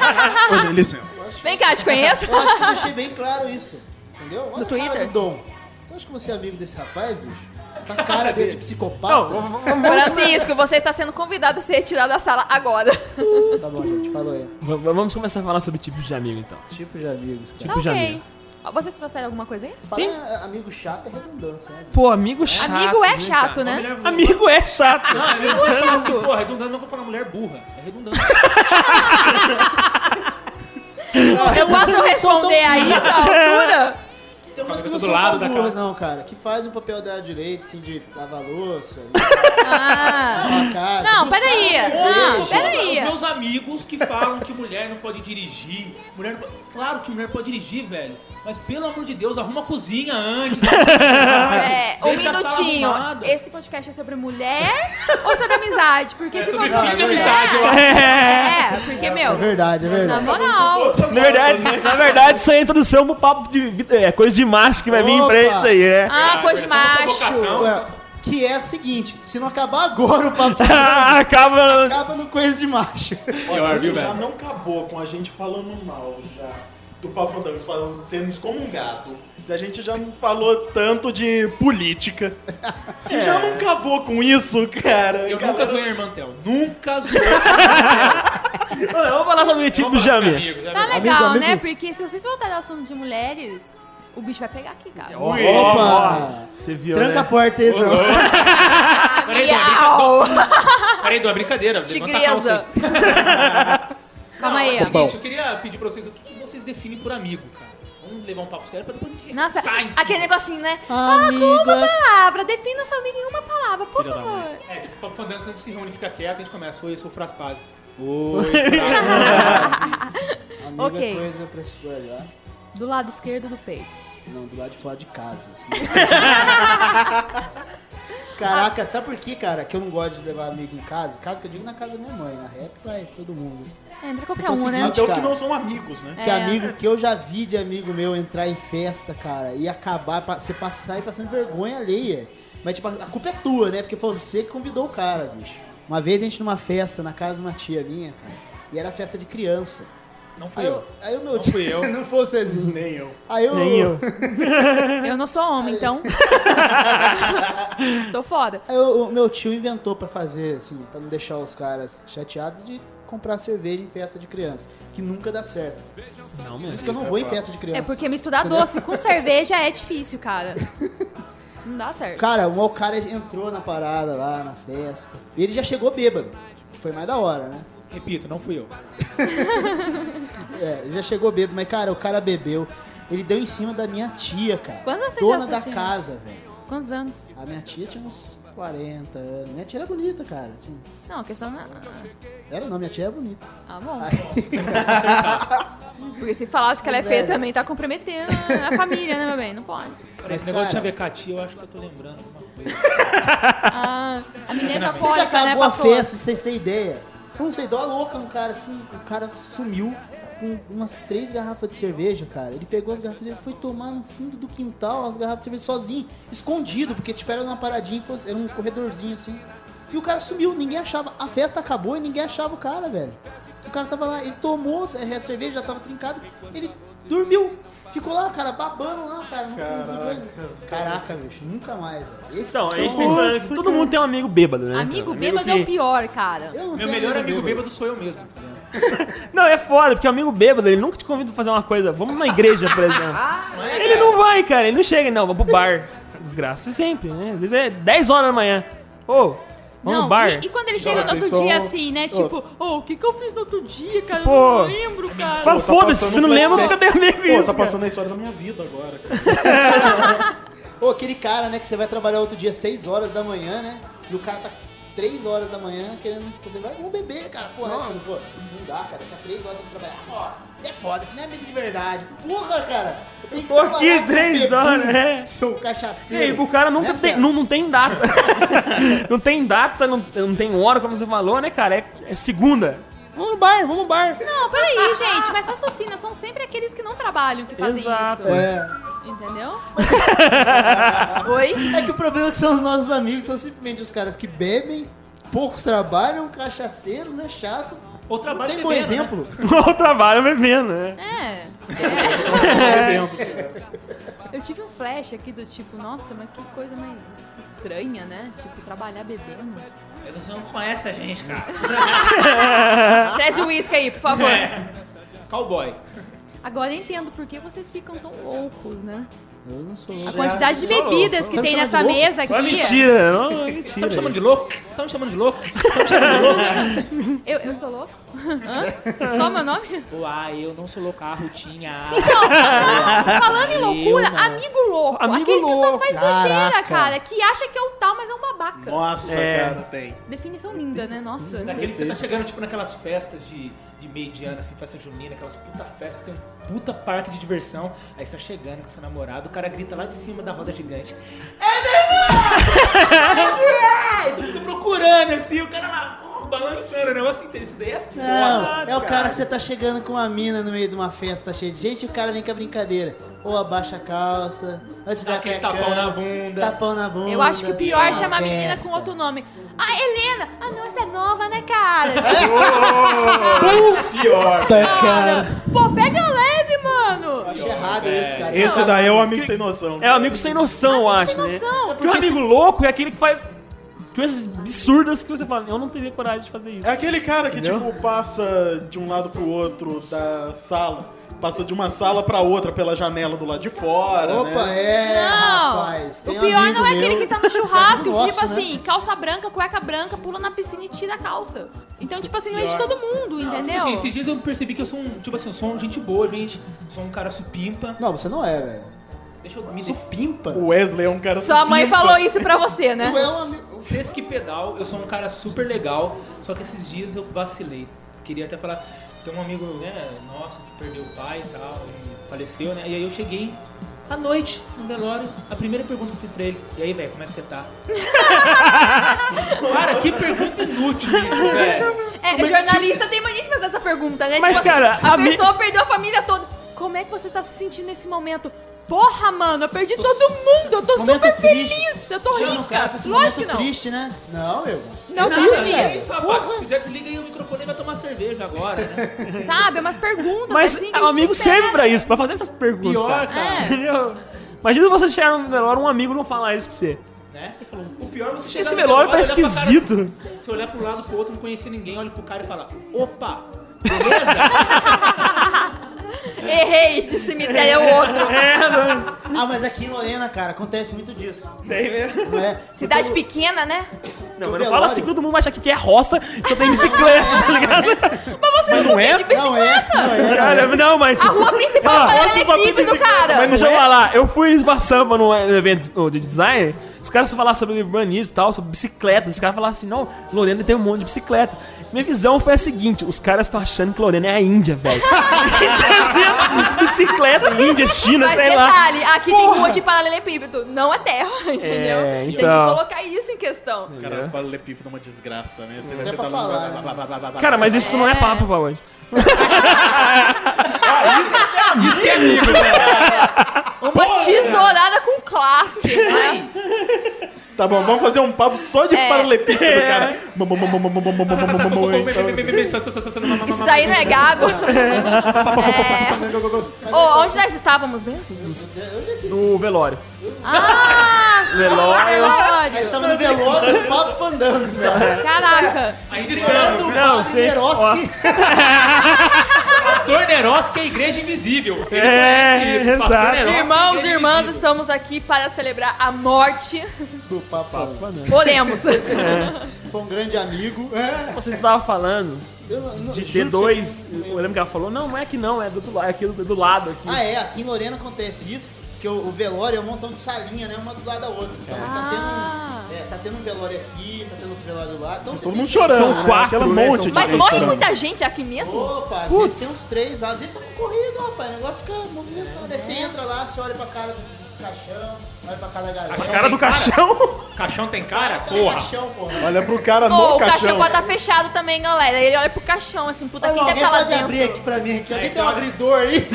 B: Ah.
K: Pois é, licença.
D: Vem cá, te conheço?
I: acho que *laughs* eu deixei bem claro isso. Entendeu? Olha
D: No
I: a cara
D: Twitter?
I: do Dom. Você acha que você é amigo desse rapaz, bicho? Essa cara dele de
H: Não,
I: psicopata.
H: vamos- vamos-
D: Francisco, você está sendo convidado a ser retirado da sala agora.
I: Tá bom, gente. Falou aí.
H: vamos- vamos começar a falar sobre tipos de amigo, então.
I: Tipo de amigos, cara.
H: Tipo de amigo.
D: Tá Vocês trouxeram alguma coisa aí?
I: Falar ah, amigo chato é redundância, né?
H: Pô, amigo chato.
D: Amigo é
H: né,
D: chato,
H: cara?
D: né?
J: Mulher burra.
H: Amigo é chato.
J: Ah, é
D: Amigo é
J: redundante, assim,
D: chato.
J: Porra, redundante não vou falar mulher burra. É redundante.
D: Eu posso responder a isso à altura?
I: Tem umas
J: Fica
I: que não
J: do
I: são lado
J: lado da
I: burras,
J: casa.
I: não, cara. Que fazem o papel dela direito, assim, de lavar louça,
D: *laughs* Ah.
I: lavar a casa.
D: Não, É, peraí. Não,
J: Os
D: peraí.
J: meus- Os um meus amigos que falam que mulher não pode dirigir. Mulher não pode- Claro que mulher pode dirigir, velho. Mas pelo amor de Deus, arruma a cozinha antes.
D: *laughs* É, um
J: Deixa a sala
D: minutinho.
J: arrumada.
D: Esse podcast é sobre mulher ou sobre amizade? Porque se
J: É sobre
D: for
J: filho
I: e
D: sobre mulher,
J: amizade, eu acho.
D: É, porque,
I: É
D: meu,
I: verdade, é
D: na
I: verdade.
D: moral.
H: Na verdade,
B: assim,
H: na verdade, isso aí é introdução pro papo de vida- é, coisa de macho que vai vir em
I: Opa.
H: frente isso aí, né?
D: Ah, coisa de macho.
I: Ué, que é o seguinte, se não acabar agora o
J: *laughs*
I: papo
H: Ah, Acaba.
I: acaba no coisa de macho.
B: Olha, isso já não é acabou com a gente falando mal já do Papo Fandango, falando sendo excomungado. Se a gente já não falou tanto de política. Se já não acabou com isso, cara.
J: Eu
B: cara,
J: nunca zoei a irmã Tel. Nunca zoei.
H: Olha, Vamos falar sobre *laughs* tipos de amigo.
D: Tá
J: Tá
D: legal,
I: amigos,
D: né?
I: amigos.
D: Porque se vocês voltarem ao assunto de mulheres, o bicho vai pegar aqui, cara.
I: Opa!
H: Você viu,
I: Tranca a
H: né?
I: porta aí, então.
J: Peraí, Dom,
D: Miau!
J: peraí, Dom, é brincadeira. levanta a calça
D: Tigresa.
J: aí.
D: *laughs* Calma aí. ó.
J: Gente, eu queria pedir pra vocês o que vocês definem por amigo, cara. Vamos levar um papo sério pra depois a gente
D: Nossa,
J: sai em cima.
D: aquele negocinho, né? Fala com
I: Amigo,
D: uma
I: é-
D: palavra, defina seu amigo em uma palavra, por favor.
J: É, tipo, papo fandango, quando a gente se reúne, fica quieto, a gente começa. Oi, eu sou
D: *laughs*
J: o Fraspaz.
I: amigo
D: Ok.
I: é coisa pra se guardar.
D: Do lado esquerdo do peito.
I: Não, do lado de fora de casa.
D: *laughs*
I: assim. Caraca, sabe por que, cara? Que eu não gosto de levar amigo em casa. Casa que eu digo na casa da minha mãe. Na rap vai todo mundo.
D: É, entra qualquer
I: Então,
D: um, né?
I: seguinte,
B: Até os que
I: cara.
B: não são amigos, né?
I: Que
D: É.
I: amigo que eu já vi de amigo meu entrar em festa, cara, e acabar, pa- você passar e passando vergonha alheia. Mas, tipo, a culpa é tua, né? Porque foi você que convidou o cara, bicho. Uma vez a gente numa festa na casa de uma tia minha, cara, e era festa de criança.
J: Não fui
I: Aí,
J: eu.
I: eu, aí o meu
J: Não fui eu.
I: *laughs* não foi o Cezinho.
B: Nem eu.
I: Aí eu,
H: Nem eu.
D: Eu não sou homem,
I: *laughs*
D: então. Tô foda.
I: Aí o, o meu tio inventou pra fazer, assim, pra não deixar os caras chateados de comprar cerveja em festa de criança, que nunca dá certo.
H: Não,
I: Por isso
H: mesmo.
J: é
I: que eu não vou em festa de criança.
D: É porque misturar doce com cerveja é difícil, cara. Não dá certo.
I: Cara, o cara entrou na parada lá, na festa. E ele já chegou bêbado. Foi mais da hora, né?
J: Repito, não fui eu.
I: É, ele já chegou bêbado, mas, cara, o cara bebeu. Ele deu em cima da minha tia, cara.
D: Quantos anos você
I: Dona
D: tem,
I: da
D: tia?
I: casa, velho.
D: Quantos anos?
I: A minha tia tinha uns 40 anos. Minha tia era bonita, cara. assim.
D: Não, a questão não é...
I: Era não, minha tia era bonita.
D: Ah, bom.
I: Aí-
D: Porque se falasse que ela é
I: Mas,
D: feia
I: velho.
D: também, tá comprometendo a família, né, meu bem? Não pode.
J: Cara, esse
I: Mas,
J: negócio de
I: cara-
J: chavecatia, eu acho que eu tô lembrando alguma coisa.
D: Ah, a menina é
I: Você que
D: alcoólica, né,
I: acabou a
D: pastor?
I: festa, vocês têm ideia. Eu não sei, dó louca um cara assim, o cara sumiu com umas três garrafas de cerveja, cara. Ele pegou as garrafas e foi tomar no fundo do quintal as garrafas de cerveja sozinho, escondido, porque tipo, era numa paradinha, e fosse- era um corredorzinho assim. E o cara sumiu, ninguém achava. A festa acabou e ninguém achava o cara, velho. O cara tava lá, ele tomou é, a cerveja, já tava trincado, ele dormiu. Ficou lá, cara, babando lá, cara. no fundo do coisa. Caraca, bicho, nunca mais, velho. Esse é um
H: Então, a gente
I: som-
H: tem esse que todo mundo tem um amigo bêbado, né?
D: Amigo
H: Um
D: bêbado é
H: que-
D: o pior, cara.
I: Eu não
J: Meu
I: tenho
J: melhor amigo bêbado sou eu mesmo. tá ligado?
H: Não, é foda, porque o amigo bêbado, ele nunca te convida pra fazer uma coisa. Vamos na igreja, por
D: *laughs*
H: exemplo.
D: Ah, é
H: ele não vai, cara, ele não chega, não, vamos pro bar. Desgraça sempre, né? Às vezes é 10 horas da manhã. Ô, vamos
D: Não,
H: no bar.
D: E, e quando ele chega no
K: vocês
D: outro
K: são-
D: dia assim, né? Tipo, ô, o que que eu fiz no outro dia, cara?
H: Pô.
D: eu não lembro, cara.
H: Fala,
K: tá
H: foda-se,
K: passando
H: você não
K: um
H: lembra,
K: flashback.
H: cadê
B: é
H: amigo
K: Pô,
H: isso?
K: tá
H: cara?
K: passando a história da minha vida agora, cara.
I: Ou aquele cara, né, que você vai trabalhar outro dia 6 horas da manhã, né? E o cara tá 3 horas da manhã querendo. Você vai, vamos beber, cara. Porra, não, pô, não dá, cara. Fica 3 horas tem que trabalhar. Ó, você é foda, você não é amigo de verdade. Porra, cara. Tem que
H: Tô aqui
I: trabalhar, seu
H: três
I: bebum,
H: horas, é.
I: Seu
H: E
I: cachaceiro.
H: aí, o cara nunca
I: Né,
H: tem,
I: Celso?
H: não, não tem data. *laughs* não tem data, não, não tem hora, como você falou, né, cara? É, é segunda. Vamos no bar, vamos no bar. *laughs*
D: Não, peraí, gente. Mas assassinas são sempre aqueles que não trabalham que fazem
H: Exato.
D: isso.
I: É.
H: *laughs*
D: Entendeu? Oi?
I: É que o problema é que são os nossos amigos, são simplesmente os caras que bebem, poucos trabalham, cachaceiros, né? Chatos.
J: Ou trabalho
I: Tem bom
J: bebendo, né?
H: *laughs*
I: exemplo.
H: Ou trabalho bebendo, né?
D: É.
H: É.
D: Eu tive um flash aqui do tipo, nossa, mas que coisa mais estranha, né? Tipo, trabalhar bebendo.
J: Mas Você não conhece a gente, cara.
D: Traz o uísque aí, por favor.
I: é?
H: É.
J: É. Cowboy.
D: Agora eu entendo por que vocês ficam tão loucos, né?
I: Eu não sou.
D: A quantidade de bebidas que
I: Tá me
D: tem
I: chamando
D: nessa
I: de louco?
D: mesa
H: Só é
D: aqui.
H: mentira, não, é
J: Você tá
H: mentira.
J: me chamando de
H: isso.
J: louco? Você tá me chamando de louco?
D: Eu, eu sou louco? Hã? Qual é o meu nome?
J: Uai, eu não sou louca, rotinha.
D: Então, não, falando em loucura,
J: não.
D: amigo louco.
H: Amigo
D: aquele que só
H: louco,
D: faz doideira,
I: caraca.
D: cara. Que acha que é o tal, mas é um babaca.
B: Nossa,
H: É.
B: cara, tem.
D: Definição linda, né? Nossa.
J: Daquele que você tá chegando, tipo, naquelas festas de, de meio de ano, assim, festa junina, aquelas puta festas que tem um puta parque de diversão. Aí você tá chegando com seu namorado, o cara grita lá de cima da roda gigante. É verdade! Eu tô procurando, assim, o cara lá uh, balançando, o negócio inteiro. Isso daí é foda,
I: Não, é o cara que você tá chegando com uma mina no meio de uma festa cheia de gente e o cara vem com a brincadeira. Ou abaixa a calça, ou te
J: Dá
I: dá
J: aquele
I: cuecão,
J: tapão na bunda.
I: Tapão na bunda.
D: Eu acho que o pior é
I: Uma
D: chamar a menina
I: festa.
D: com outro nome. Ah, Helena! Ah, não, essa é nova, né, cara? Tipo,
K: Pior.
B: É,
I: Tá.
D: cara. Pô, pega leve, mano!
I: Acho é errado isso, cara.
K: Esse daí é o amigo sem noção.
H: É o amigo sem noção, eu acho,
D: Sem
H: né?
D: noção!
H: Porque o amigo louco é aquele que faz coisas absurdas que você fala, eu não teria coragem de fazer isso.
K: É aquele cara que, tipo, passa de um lado pro outro da sala. Passa de uma sala pra outra pela janela do lado de fora,
I: Opa,
K: né?
I: é,
D: Não!
I: rapaz.
D: o
I: tem um
D: pior
I: amigo
D: não é
I: meu-
D: aquele que tá no churrasco, e
I: *laughs* Nossa,
D: tipo
I: né?
D: assim, calça branca, cueca branca, pula na piscina e tira a calça. Então, tipo assim, não é de todo mundo, entendeu?
J: Assim, esses dias eu percebi que eu sou um, tipo assim, eu sou um gente boa, gente. Sou um cara supimpa.
I: Não, você não é, velho.
J: Deixa eu me
I: Supimpa?
K: O Wesley é um cara
D: Sua mãe
K: subista.
D: falou isso pra você,
I: *laughs*
D: né?
I: Tu é um amigo.
J: Sesc pedal, eu sou um cara super legal, só que esses dias eu vacilei. Queria até falar, tem um amigo, né, nosso, que perdeu o pai e tal, e faleceu, né? E aí eu cheguei à noite no velório, a primeira pergunta que eu fiz pra ele, e aí, velho, como é que
H: *laughs*
J: você tá? cara, que pergunta inútil isso, velho.
D: É, jornalista tem mania de fazer essa pergunta, né?
H: Mas,
D: Tipo assim,
H: cara,
D: a
H: a mi-
D: pessoa perdeu a família toda. Como é que você tá se sentindo nesse momento? Porra, mano, eu perdi todo mundo, eu tô
I: Momento
D: super
I: triste.
D: feliz, eu tô
I: Chama o cara,
D: rica.
I: faz um
D: Lógico que
I: momento
D: não.
I: triste, né? Não, eu.
D: Não,
I: Nada,
D: triste.
I: velho.
J: É isso, rapaz, se quiser desliga aí o microfone e vai tomar cerveja agora, né?
D: Sabe? É Umas perguntas.
H: Mas é,
D: assim, que
H: o amigo
D: espera.
H: serve pra isso, pra fazer essas perguntas.
J: Pior,
H: É.
D: cara.
H: Entendeu? Imagina você chegar no velório um amigo não falar isso pra você.
J: né? Você falou, o pior é você chegar
H: Esse
J: no
H: velório tá
J: olhar pra cara-
H: esquisito.
J: Você olhar pro lado, pro outro, não conhecer ninguém, olha pro cara e fala, opa,
D: Errei, de cemitério é
H: *laughs*
D: o outro.
H: É, não.
I: Ah, mas aqui em Lorena, cara, acontece muito disso.
H: Tem mesmo.
I: Não é?
D: Cidade pequena, né?
H: Não, mas não
I: velório.
H: fala assim que todo mundo vai achar que aqui é roça, que só tem bicicleta, tá ligado?
D: Mas você não, não é? de
I: Não é, não é.
H: Cara, não, mas.
D: A rua principal ah,
H: roça
D: paralelo
H: só tem
D: do
H: bicicleta,
D: cara.
H: Mas deixa eu falar, eu fui em Lisboa Samba num evento de design, os caras falaram sobre urbanismo e tal, sobre bicicleta. Os caras falaram assim, não, Lorena tem um monte de bicicleta. Minha visão foi a seguinte, os caras estão achando que Lorena é a Índia,
D: *laughs*
H: velho. Então, assim, bicicleta, Índia, China,
D: Mas
H: sei
D: detalhe,
H: lá.
D: aqui
H: Porra.
D: tem rua de paralelepípedo, não é terra, *laughs* entendeu? Tem que
H: então.
D: colocar isso em questão.
K: Cara, o paralelepípedo é uma desgraça, né? Você vai
I: Até
K: tentar
I: pra falar, né?
K: blá, blá, blá, blá, blá.
H: Cara, mas isso não é papo pra hoje.
D: Uma tesourada com classe, né?
B: Tá bom, vamos fazer um papo só de
D: É.
B: paralelepípedo, cara. Mo- mo- mo- mo- mo- mo- mo- mo- mo- mo- mo- mo- então.
D: Isso daí não é gago. É. Ô, onde nós estávamos mesmo?
I: Eu já sei.
H: No velório.
D: Ah,
H: Velório.
I: A gente
D: Velório.
I: tava no velório do Papo Fandangos, cara.
D: Caraca.
J: Ainda
I: Orando
J: estamos.
I: o
H: Não,
I: padre
H: sei.
I: Neroski.
J: Pastor Neroski é a igreja invisível. Ele
H: É,
J: conhece isso. Pastor
H: exato.
J: Neroski é a
D: Irmãos e
J: igreja
D: irmãs,
J: invisível.
D: estamos aqui para celebrar a morte.
I: do Papo Fandangos.
D: Oremos.
I: Foi um grande amigo. É.
H: Vocês estavam falando
I: Eu não- não-
H: de
I: juro que
H: D2,
I: você-
H: eu lembro que ela falou, não, não é que não, é do, do, é aquilo do lado aqui.
I: Ah, é, aqui em Lorena acontece isso, porque o, o velório é um montão de salinha, né? Uma do lado da outra. Então tá,
D: Ah.
I: tendo, é, tá tendo um velório aqui, tá tendo outro velório lá. Então, você
B: Todo
I: tem
B: mundo
I: que-
B: chorando.
H: São
B: né?
H: quatro,
B: Aquela
H: né?
B: monte
H: São
B: de
D: Mas
B: gente
D: morre
B: chorando.
D: muita gente aqui mesmo?
I: assim. Opa, às
H: Putz.
I: vezes tem uns três lá, às vezes tá concorrido, rapaz. O negócio fica movimentado. Aí você entra lá, você olha pra cara do caixão, olha pra cara da galera.
H: Cara do caixão? *laughs*
J: Caixão tem cara?
I: Tá no
J: Porra.
I: caixão, porra.
B: Olha pro cara
D: Ô,
B: no
D: o caixão
B: caixão.
D: pode estar fechado também, galera. Ele olha pro caixão, assim, puta,
I: Olha,
D: quem deve estar lá
I: alguém pode
D: dentro?
I: abrir aqui pra mim
J: É,
I: aqui. Alguém tem um abridor
J: *laughs*
I: aí?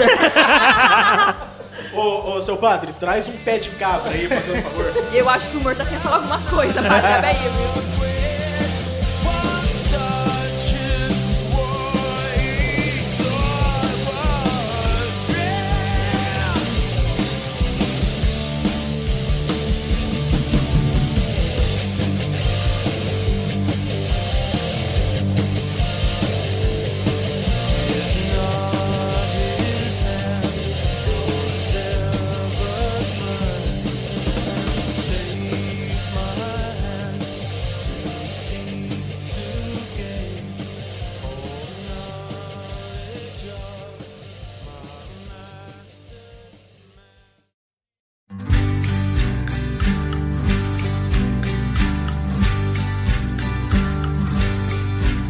B: Ô, ô, seu padre, traz um pé de cabra aí, fazendo favor.
D: Eu acho que o morto tá querendo falar alguma coisa, mas cabe aí, viu?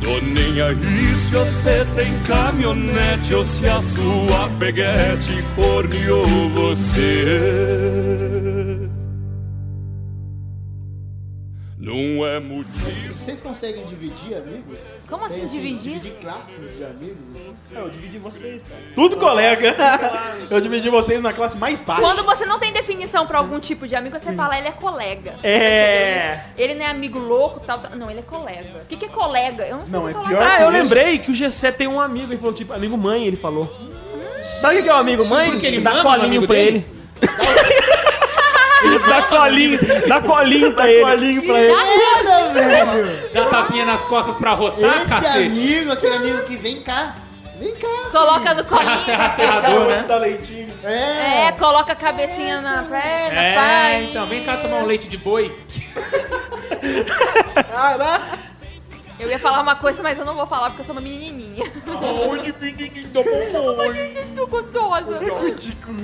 L: Tô nem aí se você tem caminhonete ou se a sua peguete corneou você. Não é motivo.
I: Vocês conseguem dividir amigos?
D: Como assim,
I: Tem,
D: dividir?
I: Dividir classes de amigos? assim?
H: É, Eu dividi vocês, cara.
B: Tudo colega. Eu dividi vocês na classe mais baixa.
D: Quando você não tem definição pra algum tipo de amigo, você fala, ele é colega.
H: É.
D: Entendeu isso? Ele não é amigo louco, tal, tal. Não, ele é colega. O que, que é colega? Eu não sei
B: Não,
D: o que
B: é
D: colega
B: pior
H: Ah, eu lembrei que o G7 tem um amigo, ele falou, tipo, amigo mãe, ele falou. Sabe o que que é o amigo mãe?
J: Porque ele
H: dá
J: mama no
H: colinho
J: amigo
H: pra
J: dele?
H: ele. Ele *laughs* dá colinho, dá colinho pra ele.
B: Olhinho pra ele.
I: Eita, velho!
J: Dá tapinha nas costas pra rotar,
I: Esse
J: Tá, cacete.
I: amigo, aquele amigo que vem cá. Vem cá.
D: Coloca no colinho.
J: Serrador, né?
B: Dá leitinho.
I: É.
D: É, coloca a cabecinha na perna,
J: É,
D: pai.
J: então, vem cá tomar um leite de boi.
D: Eu ia falar uma coisa, mas eu não vou falar porque eu sou uma menininha. *laughs*
J: Onde, menininho do bom
D: Muito gostosa.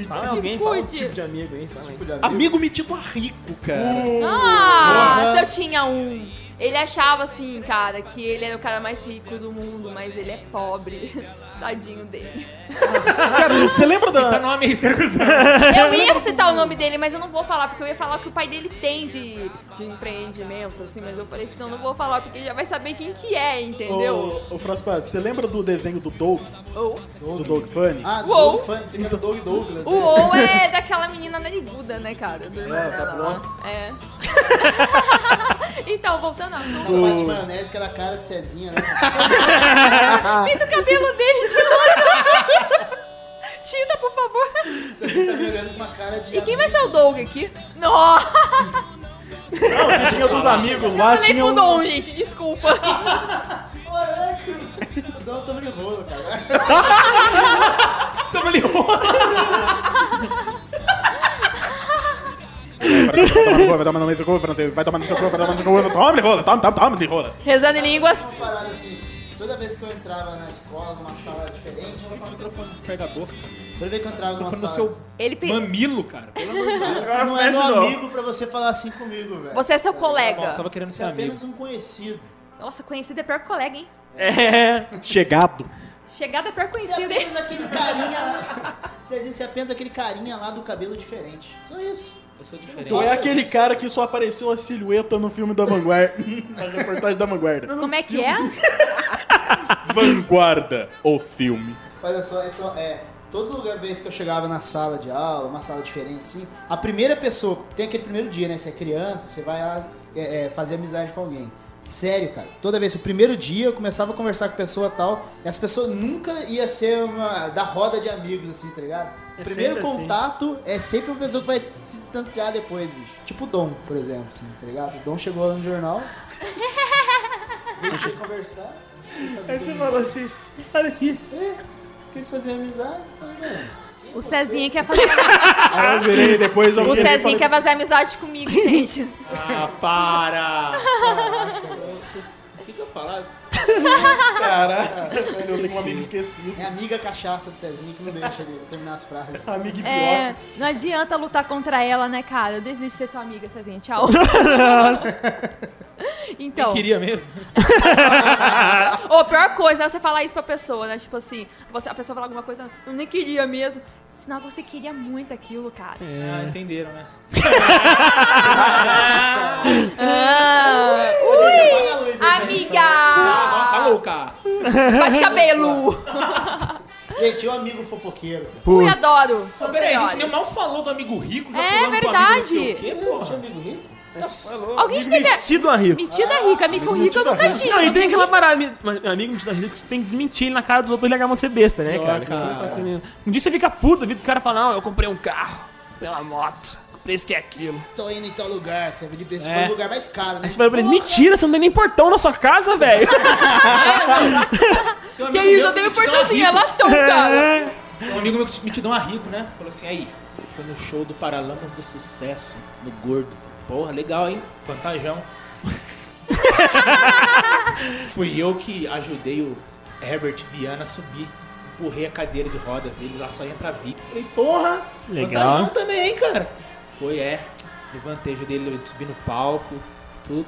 H: Fala alguém, fala um
D: Cuide.
H: tipo de amigo aí, fala aí.
B: Amigo me tipo a rico, cara.
D: Ah, se eu tinha um. Ele achava assim, cara, que ele era o cara mais rico do mundo, mas ele é pobre. *laughs* Tadinho dele.
B: Cara, você lembra
J: Tá
B: da.
J: nome arriscado.
D: Eu ia citar o nome dele, mas eu não vou falar, porque eu ia falar o que o pai dele tem de, de empreendimento, assim, mas eu falei, senão eu não vou falar, porque ele já vai saber quem que é, entendeu?
B: Ô, ô Fraspa, você lembra do desenho do Doug?
D: Ou-
B: Do Doug Funny?
I: Ah,
D: Uou.
I: Doug, Fan- você quer do Doug Douglas.
D: O ou é daquela menina nariguda, né, cara? Do irmão
B: É, tá
D: dela lá. É. *laughs* então, voltando ao assunto,
I: Aquela parte de maionese que era a cara de Cezinha, né? *laughs*
B: Ah.
D: pinta o cabelo dele de novo. *laughs* Tinta, por favor.
I: Você tá me olhando com uma cara de.
D: E quem vai ser o Doug aqui? Nossa,
B: Não, que tinha dos amigos lá,
D: eu falei
B: tinha
D: pro
B: um.
D: Dom, gente, desculpa.
I: tá *laughs* Caraca, o Doug toma de rolo, cara.
J: Tamo ali.
K: Vai tomar no meio do cu, vai tomar no seu cu, vai tomar no seu cu. Toma de rola, toma, toma, toma de rola.
D: Rezando em línguas.
I: Uma parada assim, toda vez que eu entrava na escola, numa sala diferente,
J: Pega a boca.
I: toda vez que eu entrava numa
J: Quando
I: sala...
J: seu
D: Ele pe-
J: mamilo, cara. Pelo amor de Deus.
I: Cara, não é meu amigo pra você falar assim comigo, velho.
D: Você é seu
J: Eu
D: colega.
J: tava querendo
I: Você
J: ser
I: é
J: amigo.
I: apenas um conhecido.
D: Nossa, conhecido é pior que colega, hein?
H: É.
K: Chegado.
D: Chegada é pior que
I: Você é
D: conhecido, hein?
I: apenas aquele carinha lá... Você diz, você é apenas aquele carinha lá do cabelo diferente. Só isso.
J: Eu sou diferente.
B: Tu é
I: Nossa,
B: aquele
I: isso.
B: cara que só apareceu a silhueta no filme da Vanguarda. na reportagem da Vanguarda.
D: Como é que é?
K: Vanguarda, o filme.
I: Olha só, então, é. Todo lugar, vez que eu chegava na sala de aula, uma sala diferente, assim, a primeira pessoa, tem aquele primeiro dia, né? Você é criança, você vai lá é, é, fazer amizade com alguém. Sério, cara. Toda vez, o primeiro dia eu começava a conversar com pessoa tal, e as pessoas nunca ia ser uma da roda de amigos, assim, tá ligado? O
H: É
I: primeiro
H: sempre assim.
I: contato é sempre uma pessoa que vai se distanciar depois, bicho. Tipo o Dom, por exemplo, assim, tá ligado? O Dom chegou lá no
H: *laughs*
I: jornal. Deixa conversar. veio fazer
H: Aí você falou assim, sai daqui.
I: Quis fazer amizade? Falei, mano.
D: é? O Cezinha quer fazer,
B: Aí eu virei depois eu
D: o
B: virei e
D: Cezinha quer fazer amizade comigo, gente.
J: Ah, para! O que, que eu falar?
B: falei, Caraca, eu tenho um amigo esquecido.
I: É a amiga cachaça do Cezinho que não deixa ele terminar as *laughs* frases.
B: um Amigo idiota.
D: É, não adianta lutar contra ela, né, cara? Eu desisto de ser sua amiga, Cezinha. Tchau. *laughs* Então,
J: Eu queria mesmo.
D: ou pior coisa é você falar isso pra pessoa, né? Tipo assim, você, a pessoa fala alguma coisa, eu nem queria mesmo. Sinal que você queria muito aquilo, cara.
I: É.
J: Ah, entenderam, né?
D: Ah,
I: Ô, gente, apaga a luz aí,
D: amiga!
J: Nossa, louca!
D: Bate cabelo!
I: gente. Gente, e o amigo fofoqueiro. cara?
D: Ui, adoro!
J: Mas Então, peraí, a gente nem mal falou do amigo rico. Já
D: É
J: falamos do
D: verdade.
J: amigo não sei o quê, porra.
I: Tinha amigo rico?
D: Alguém já teve.
H: Metido a rico.
D: Metida rica, amigo rico eu nunca tive.
H: Não, e tem aquela parada, mi- mas, meu amigo metido a rico, você tem que desmentir ele na cara dos outros pra ele acabar de ser besta, né, cara?
J: cara.
H: Você não faz assim nenhum. Um dia você fica puto, vida o cara fala, não, eu comprei um carro, comprei uma moto, comprei isso que é aquilo.
I: Tô indo em tal lugar, que você vai pedir pra esse
J: É.
I: lugar mais caro, né?
H: Aí você fala pra eles, mentira, você não tem nem portão na sua casa, *laughs* velho.
J: Tem um
D: Que
J: amigo
D: isso,
J: meu
D: eu dei o
J: que te dá uma
D: portãozinho, é
J: rico.
D: latão, cara!
H: É.
J: Um amigo meu que te- me te dá uma rico, né? Falou assim, aí, foi no show do Paralamas do Sucesso, no Gordo. Porra, legal, hein? Vantajão. *laughs* Fui eu que ajudei o Herbert Viana a subir. Empurrei a cadeira de rodas dele, lá só entra VIP. Falei, porra,
H: Legal.
J: vantajão também, hein, cara? Foi, é. Levantei, ajudei ele a subir no palco, tudo.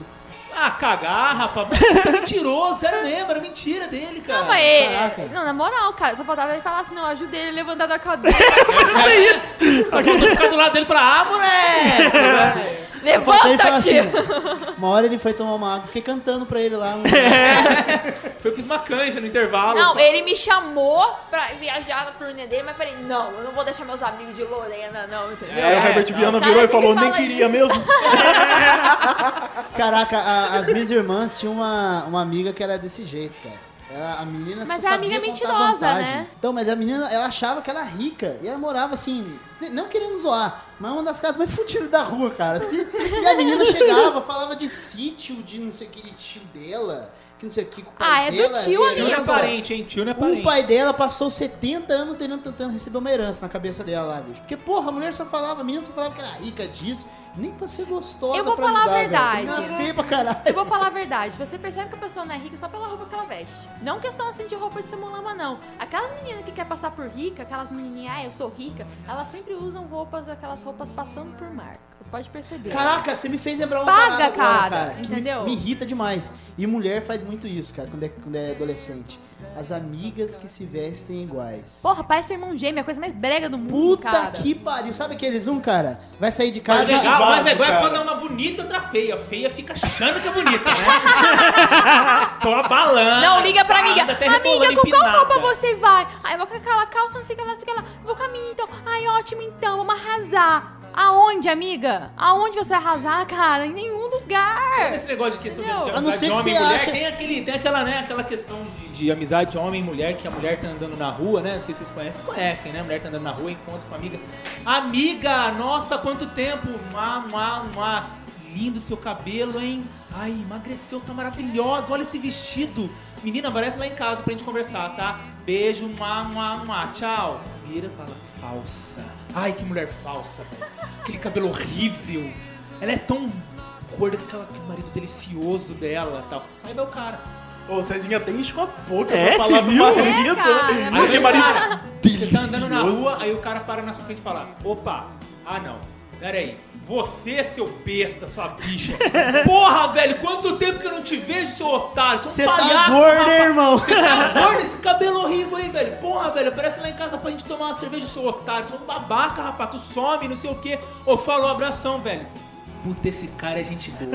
J: Ah, cagar, rapaz. Tá mentiroso, era mesmo, era mentira dele, cara.
D: Não, mas-
I: Caraca.
D: Não, na moral, cara, só faltava ele falar assim, não, eu ajudei ele a levantar da
I: *laughs*
D: cadeira.
H: Olha isso.
J: Só que eu tô ficando do lado dele e falar, ah, moleque!
I: Voltei e falar
D: Levanta-te!
I: assim, uma hora ele foi tomar uma água, fiquei cantando pra ele lá. No...
J: Foi, eu fiz uma canja no intervalo.
D: Não, ele é me chamou pra viajar na turnê dele, mas falei, não, eu não vou deixar meus amigos de Lorena, não, entendeu?
B: Aí o Herbert Viana
D: Cara,
B: virou e
D: sempre
B: falou, nem
D: fala
B: queria
D: isso."
B: mesmo.
I: Caraca, a- as minhas irmãs tinham uma, uma amiga que era desse jeito, cara. Ela- a menina só
D: Mas é
I: sabia
D: amiga
I: contar
D: mentirosa,
I: vantagem.
D: né?
I: Então, mas a menina, ela achava que ela era rica. E ela morava assim, não querendo zoar, mas uma das casas mais *laughs* fodidas da rua, cara. Assim, e a menina chegava, falava de sítio, de não sei o que, de tio dela, que não sei o que, com o pai
D: Ah, é do
I: dela,
D: tio,
I: herança.
J: Tio não é parente, hein? Tio não é
I: O
J: parente.
I: Um pai dela passou 70 anos tentando, tentando receber uma herança na cabeça dela lá, bicho. Porque, porra, a mulher só falava, a menina só falava que era rica disso. Nem pra ser gostosa
D: Eu vou
I: pra
D: falar a
I: ajudar, velho.
D: verdade.
I: Menina feia pra caralho.
D: Eu vou falar a verdade, você percebe que a pessoa não é rica só pela roupa que ela veste. Não questão assim de roupa de simulama, não. Aquelas meninas que quer passar por rica, aquelas menininhas, ah, eu sou rica, elas sempre usam roupas, aquelas roupas passando por marca. Você pode perceber.
I: Caraca, você me fez lembrar uma
D: Paga,
I: parada agora,
D: cara,
I: que me-
D: entendeu?
I: Me, irrita demais. E mulher faz muito isso, cara, quando é, quando é adolescente. As amigas que se vestem iguais.
D: Porra, parece irmão gêmeo, é a coisa mais brega do mundo,
I: Puta
D: cara.
I: que pariu. Sabe aqueles um, cara? Vai sair de
J: Mas
I: casa...
J: legal,
B: vaso,
J: mas legal é
B: cara.
J: quando é uma bonita e outra feia. A feia fica achando que é
D: *laughs*
J: bonita, né? Tô abalando.
D: Não, liga pra amiga.
J: Nada, até rebolando
D: Amiga, com qual
J: empinada.
D: roupa você vai? Aí eu vou com aquela calça, não sei o que lá, não sei o que lá. Vou com a minha então. Ai, ótimo então, vamos arrasar. Aonde, amiga? Aonde você vai arrasar, cara? Em nenhum lugar.
J: Esse negócio de questão de, de
D: É. Não.
J: amizade
I: A não ser
J: de
I: que
J: homem e
I: você
J: mulher,
I: acha-
J: tem, aquele, tem aquela, né, aquela questão de, de amizade de homem e mulher, que a mulher tá andando na rua, né? Não sei se vocês conhecem, vocês conhecem, né? A mulher tá andando na rua, encontra com a amiga. Amiga, nossa, quanto tempo! Mua, mua, mua. Lindo seu cabelo, hein? Ai, emagreceu, tá maravilhosa, olha esse vestido. Menina, aparece lá em casa pra gente conversar, tá? Beijo, mua, mua, mua. Tchau. vira e fala, falsa. Ai, que mulher falsa, velho. Aquele cabelo horrível. Ela é tão gorda com aquele marido delicioso dela e tal. Aí vai o cara.
B: Ô, Cezinha tem encheu a boca
H: É,
B: pra falar
H: você
B: do
H: viu?
B: marido.
D: É, cara,
B: Ai, que
J: Aí o
B: marido
J: cara- Você tá andando na rua, aí o cara para na sua frente e fala, opa, ah não, pera aí. Você, seu besta, sua bicha.
B: *laughs*
J: Porra, velho, quanto tempo que eu não te vejo, seu otário. Você
I: Você
J: é um
I: tá
J: palhaço,
I: gordo,
J: rapaz.
I: hein, irmão?
J: *laughs* Você tá gordo, esse cabelo horrível aí, velho. Porra, velho, aparece lá em casa pra gente tomar uma cerveja, seu otário. Sou um babaca, rapaz. Tu some, não sei o quê. Ô, falou, abração, velho. Puta, esse cara é
I: *laughs*
J: gente boa.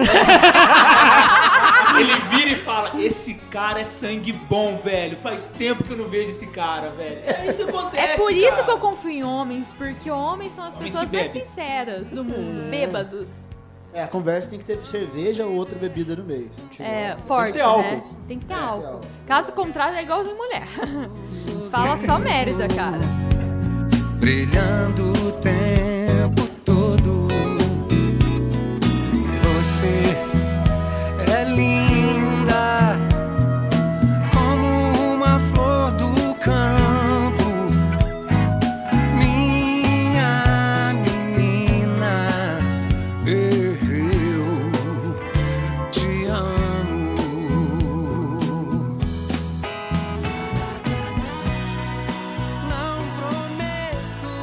J: Ele vira e fala, esse cara é sangue bom, velho. Faz tempo que eu não vejo esse cara, velho. É isso que acontece,
D: É por isso
J: cara.
D: que eu confio em homens, porque homens são as
J: Homens
D: pessoas
J: que
D: mais
J: bebem.
D: sinceras do mundo. Bêbados.
I: É, a conversa tem que ter cerveja ou outra bebida no meio. se não tiver.
D: É, forte, né? Tem que ter álcool. Caso contrário, é igualzinho mulher. *laughs* Fala só merda, cara.
N: brilhando o tempo todo. Você é linda como uma flor do campo, minha menina. Eu te amo. Não prometo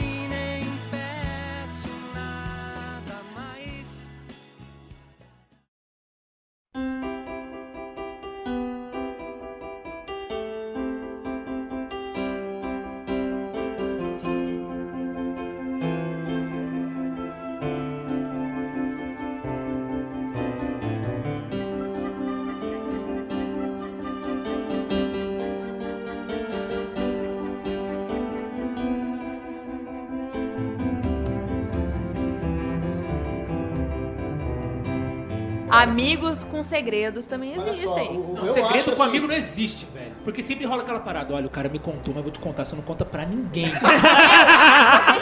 N: e nem peço nada mais.
D: Amigos com segredos também
I: Olha só,
D: existem.
I: o- o
J: Não,
I: meu
J: segredo
I: acho assim-
J: com amigo não existe, velho. Porque sempre rola aquela parada, olha, o cara me contou, mas eu vou te contar, você não conta pra ninguém.
D: Você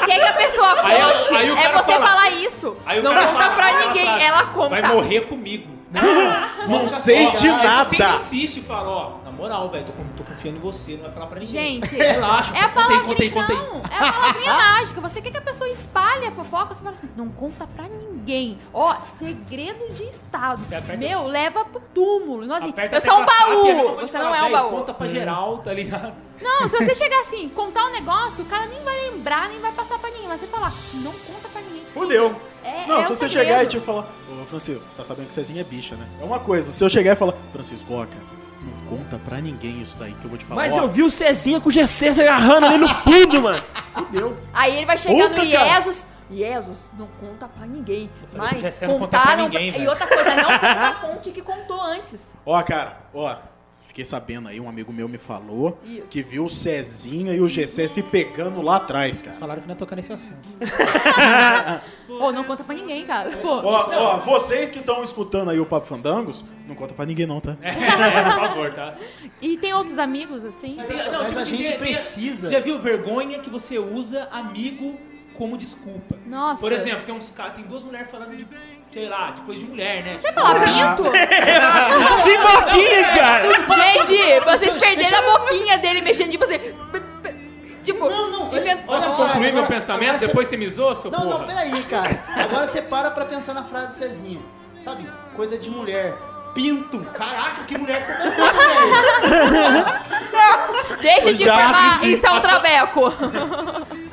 D: quer que a pessoa conte?
J: Aí eu- aí o
D: é
J: cara
D: você
J: fala-
D: falar isso.
J: Aí o
D: não
J: cara
D: conta
J: fala-
D: pra
J: fala
D: ninguém,
J: a frase,
D: ela conta.
J: Vai morrer comigo. *laughs* Não, não
B: sei de nada.
J: Sempre insiste e fala, ó, na moral, velho, tô, con- tô confiando em você, não vai falar pra ninguém.
D: Gente,
J: *laughs* relaxa,
D: é a
J: conta aí,
D: palavrinha,
J: conta aí, conta aí.
D: não. É a
B: *laughs*
D: palavrinha mágica. Você quer que a pessoa espalhe a fofoca? Você fala assim, não conta pra ninguém. Ó, segredo de Estado.
J: Você aperta-
D: Meu, leva pro túmulo. Então, assim,
J: Aperta
D: eu sou um
J: a tecla A, que a
D: baú.
J: mesma coisa
D: Você
J: de
D: não é
J: falar,
D: um
J: "Véi,
D: baú.
J: Conta pra geral, tá ligado?
D: Não, se você chegar assim, contar um negócio, o cara nem vai lembrar, nem vai passar pra ninguém. Mas você falar, não conta pra ninguém.
B: Fudeu.
D: É,
B: Não,
D: é
B: se
D: o
B: você
D: segredo.
B: chegar e tipo falar, ô Francisco, tá sabendo que Cezinha é bicha, né? É uma coisa, se eu chegar e falar, Francisco, ó, cara, não conta pra ninguém isso daí que eu vou te falar.
H: Mas
B: ó,
H: eu vi o Cezinha com o GC se agarrando ali no pulo, mano.
B: fudeu.
D: Aí ele vai chegar
B: Puta,
D: no
B: cara.
D: Iesus. Iesus, não conta pra ninguém.
J: falei pra
D: Mas
J: você não contar pra
D: contaram.
J: ninguém,
D: e
J: velho.
D: outra coisa, não conta *laughs* a fonte que contou antes.
B: Ó, cara, ó. Fiquei sabendo aí, um amigo meu me falou
D: Isso.
B: que viu o Cezinha e o GC se pegando lá atrás, cara.
J: Falaram que não ia tocar nesse assunto.
D: Ou não conta pra ninguém, cara. Pô,
B: Ó, ó, vocês que estão escutando aí o Papo Fandangos, não conta pra ninguém não, tá?
J: Por favor, tá?
D: E tem outros amigos, assim?
J: Não,
I: Mas
J: tipo
I: a
J: assim,
I: gente
J: tem- tem-
I: precisa.
J: Já viu vergonha que você usa amigo como desculpa?
D: Nossa.
J: Por exemplo, tem uns caras, tem duas mulheres falando de, sei lá, depois de mulher, né?
D: Você fala pinto?
H: Chimoquinha, cara.
D: Gente, vocês
I: Deixa-
D: perderam a boquinha dele mexendo, tipo assim. Tipo,
I: Não, não, olha-
D: inventando.
I: olha a frase.
J: Concluir meu
I: Agora-
J: pensamento,
I: agora você-
J: depois você me zoa, seu
I: Não,
J: porra?
I: não, peraí, cara. Agora você para pra pensar na frase do Cezinha. Sabe, coisa de mulher. Pinto. Caraca, que mulher que você tá
J: *laughs*
I: dando, velho.
D: Deixa de
B: Já
D: informar,
B: aprendi.
D: isso é um traveco.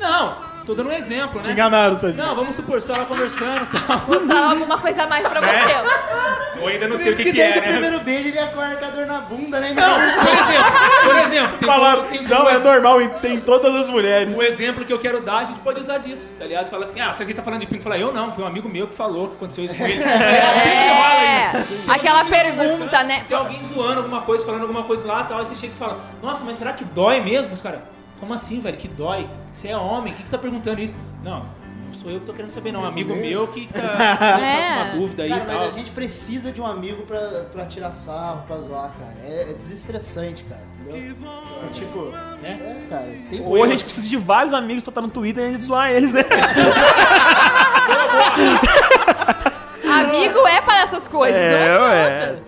J: Não, tô dando um exemplo,
B: Te
J: né?
B: enganaram, Cezinha.
J: Não, vamos supor, você tava conversando tá? e *laughs* tal.
D: Mostrar alguma coisa a mais pra você.
J: Ou ainda não
I: Por
J: sei o
I: isso
J: que,
I: que,
J: que,
I: desde
J: é,
I: o
J: né?
I: primeiro beijo ele acorda com a dor na bunda, né,
J: Não,
I: irmão?
J: por exemplo, por exemplo, tem, um-
B: Falaram,
J: tem
B: não, é
J: duas-
B: normal, e tem todas as mulheres.
J: um exemplo que eu quero dar, a gente pode usar disso, tá ligado? Você fala assim, ah, Cezinha tá falando de pinto, fala, eu não, foi um amigo meu que falou que aconteceu isso com *laughs* ele.
D: É, aquela pergunta, né?
J: Tem alguém zoando alguma coisa, falando alguma coisa lá e tal, aí você chega e fala, nossa, mas será que dói mesmo? Os caras, como assim, velho? Que dói? Você é homem, o que, que você tá perguntando isso? Não, não sou eu que tô querendo saber, não. Um amigo meu que tá,
D: *laughs*
J: tá
D: É.
J: com uma dúvida aí
I: Cara,
J: e
I: mas
J: tal.
I: a gente precisa de um amigo pra, pra tirar sarro, pra zoar, cara. É, é desestressante, cara. Entendeu? Assim, tipo, é, cara, tem
H: Ou a gente precisa de vários amigos pra estar no Twitter e a gente zoar eles, né?
D: Amigo é para essas coisas.
H: É,
D: não
H: ué.
D: adianta.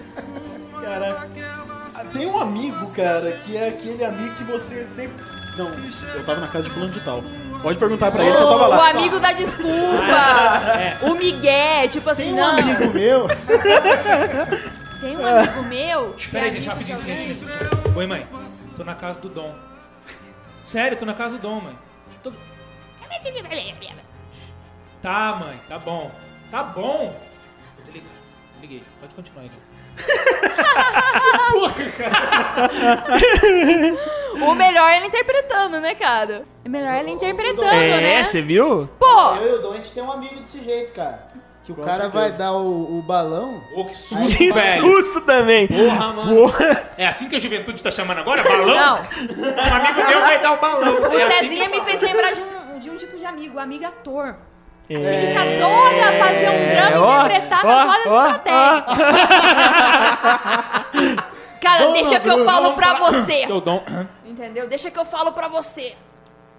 B: Cara, tem um amigo, cara, que é aquele amigo que você sempre Não, eu tava na casa de fulano de tal. Pode perguntar pra ele que eu tava Então, lá.
D: O amigo dá
H: É.
D: desculpa. o Miguel, tipo assim,
H: um
D: não.
B: meu.
D: Tem um amigo meu.
J: Espera aí, gente, rapidinho, silêncio, silêncio. Oi, mãe. Tô na casa do Dom. Sério, tô na casa do Dom, mãe. Tô- Tá, mãe, tá bom. Tá bom. Eu desliguei. Desliguei. Pode continuar aí.
D: O melhor é ela interpretando, né, cara? É melhor ela interpretando, né?
H: É, você viu?
D: Pô!
I: Eu e o Dom, a gente tem um amigo desse jeito, cara. Que o cara vai dar o, o balão.
J: Ô, que susto,
I: Aí-
H: Que
J: velho.
H: susto também.
J: Porra, mano.
H: Porra.
J: É assim que a juventude tá chamando agora? Balão?
D: Não,
J: Um amigo meu vai dar o balão.
D: o
J: É assim
D: Cezinha me fez lembrar de um, de um tipo de amigo, amigo ator.
H: É,
D: Fica doida a fazer um drama
H: ó,
D: e interpretar
H: ó,
D: nas horas
H: ó,
D: estratégicas.
H: ó.
D: Cara, deixa que eu falo pra
J: que
D: você.
J: o Dom...
D: Entendeu? Deixa que eu falo pra você.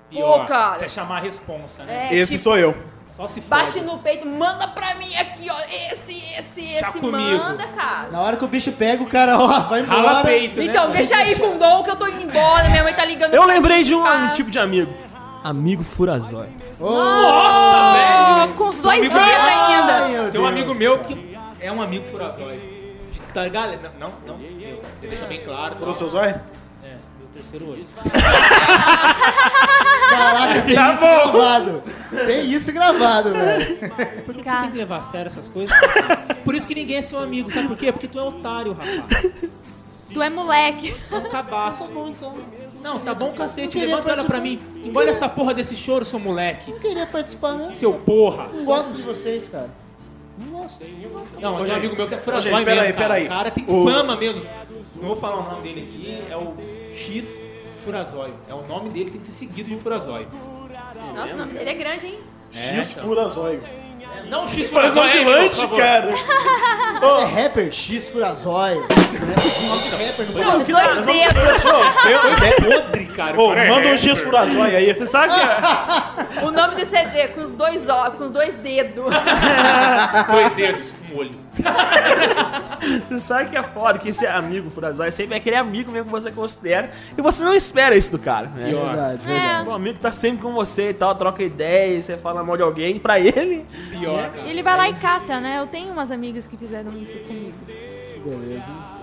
J: Pior,
D: cara.
J: Quer chamar a responsa, né?
D: É,
B: Esse
D: tipo,
B: sou eu.
J: Só se fode.
D: Bate no peito, manda pra mim aqui, ó. Esse, esse,
J: Tá
D: esse.
J: comigo.
D: Manda, cara.
I: Na hora que o bicho pega, o cara, ó, vai
J: Rala
I: embora.
J: peito, né?
D: Então, deixa aí com o dom que eu tô indo embora. Minha mãe tá ligando
H: Eu
D: pra
H: lembrei de um,
D: Ah.
H: um tipo de amigo. Amigo furazói.
J: Nossa, velho.
D: Oh, com os dois dedos
I: Ai,
D: ainda.
I: meu
J: Tem um
I: Deus.
J: amigo meu que é um amigo furazói. Tá, galera? Não, não. meu, Deixa bem claro.
B: Furou seu zóio?
J: É, meu terceiro olho.
I: Caraca, tem isso gravado. Tem isso gravado, velho.
J: Por que que você
D: Cara.
J: tem que levar a sério essas coisas? Por isso que ninguém é seu amigo, sabe por quê? Porque tu é otário, rapaz.
D: Tu é moleque.
J: Tu é um cabaço.
I: Bom, então,
J: Não, tá bom cacete.
I: queria
J: Levanta ela pra
I: participar.
J: mim. Engole essa porra desse choro, seu moleque.
I: não queria participar mesmo.
J: Seu porra.
I: Não gosto de vocês, cara. Não gosto, não gosto.
J: Não,
B: Ô,
J: tem um
B: gente,
J: amigo meu que é
B: ô, gente,
J: furazói mesmo,
B: pera aí,
J: cara.
B: pera aí.
J: O cara tem
B: O-
J: fama mesmo. Não vou falar o nome dele aqui. É o X Furazói. É o nome dele que tem que ser seguido de Furazói.
D: Nossa, o nome dele é grande, hein?
J: É,
B: X fura zóio.
J: Não, X
H: é um
J: é
B: Mas
J: Furazói.
B: cara.
I: Ele é rapper X Furazói. Parece um nome de rapper, não
D: Com os dois dedos.
B: *laughs*
J: É podre, cara.
B: Ô,
J: O cara é
B: manda um
J: rapper.
B: X fura zóio aí.
H: Você sabe que é,
D: O nome do CD, com os dois olhos, com os dois dedos.
J: Dois dedos, um olho.
H: é, você sabe que é foda, que esse amigo furazói sempre é aquele amigo mesmo que você considera e você não espera isso do cara, né?
I: É verdade, verdade.
H: Seu amigo tá sempre com você e tal, troca ideia, e você fala mal de alguém, pra ele.
J: Pior, cara.
D: Ele vai lá e cata, né? Eu tenho umas amigas que fizeram isso comigo.
I: Beleza.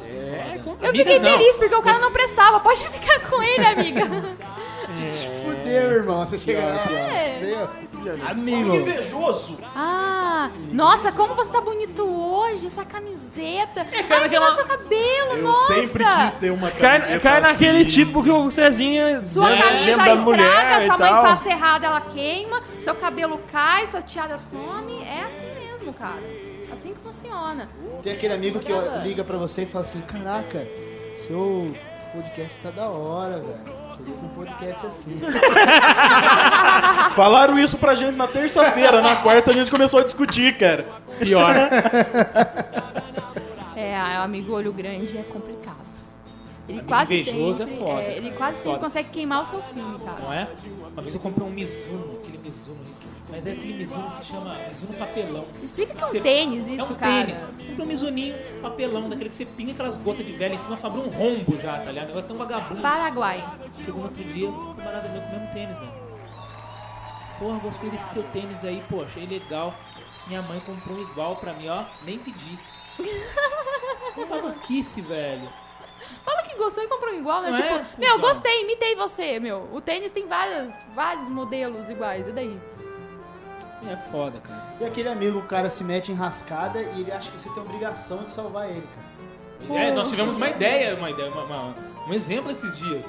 D: Eu fiquei feliz porque o cara não prestava. Pode ficar com ele, amiga.
I: Te fudeu, irmão. Você chega lá,
D: É.
I: te fudeu. Amigo.
B: Invejoso.
D: Ah, nossa, como você tá bonito hoje, essa camiseta. É,
H: cara,
D: Ai,
H: aquela-
D: aquela... seu cabelo,
B: Eu
D: nossa.
B: sempre quis ter uma
H: Cai,
B: camiseta
H: cai naquele
B: assim.
H: tipo que o Cezinha
D: Sua
H: né,
D: camisa
H: lembra da mulher
D: estraga,
H: e
D: sua mãe
H: tal.
D: passa errada, ela queima, seu cabelo cai, sua tiara some. É assim mesmo, cara. Assim que funciona.
I: Tem aquele amigo que ó, liga pra você e fala assim: Caraca, seu podcast tá da hora, velho. Queria ter um podcast assim.
B: Falaram isso pra gente na terça-feira. Na quarta a gente começou a discutir, cara.
J: Pior.
D: É, o amigo olho grande é complicado. Ele quase
J: invejoso
D: sempre,
J: é foda,
D: é, ele
J: cara,
D: quase
J: é
D: sempre
J: foda.
D: consegue queimar o seu filme, cara.
J: Não é? Uma vez eu comprei um Mizuno, aquele Mizuno. Mas é aquele Mizuno que chama Mizuno papelão.
D: Explica que é
J: Você-
D: um tênis
J: é
D: isso,
J: um
D: cara.
J: tênis. Comprei um Mizuninho papelão, daquele que você pinga aquelas gotas de vela em cima, abre um rombo já, tá ligado? Agora tão vagabundo.
D: Paraguai.
J: Chegou no outro dia, um camarada meu com o mesmo tênis, velho. Porra, gostei desse seu tênis aí, pô, achei legal. Minha mãe comprou um igual pra mim, ó, nem
D: *laughs*
J: pedi. Que maluquice, velho.
D: Fala que gostou e comprou igual, né?
J: Não
D: tipo,
J: é,
D: meu,
J: cuzão.
D: gostei, imitei você, meu. O tênis tem várias, vários modelos iguais, e daí?
J: É foda, cara.
I: E aquele amigo, o cara se mete em rascada e ele acha que você tem obrigação de salvar ele, cara.
J: É, nós tivemos uma ideia, uma ideia, uma- uma- um exemplo esses dias.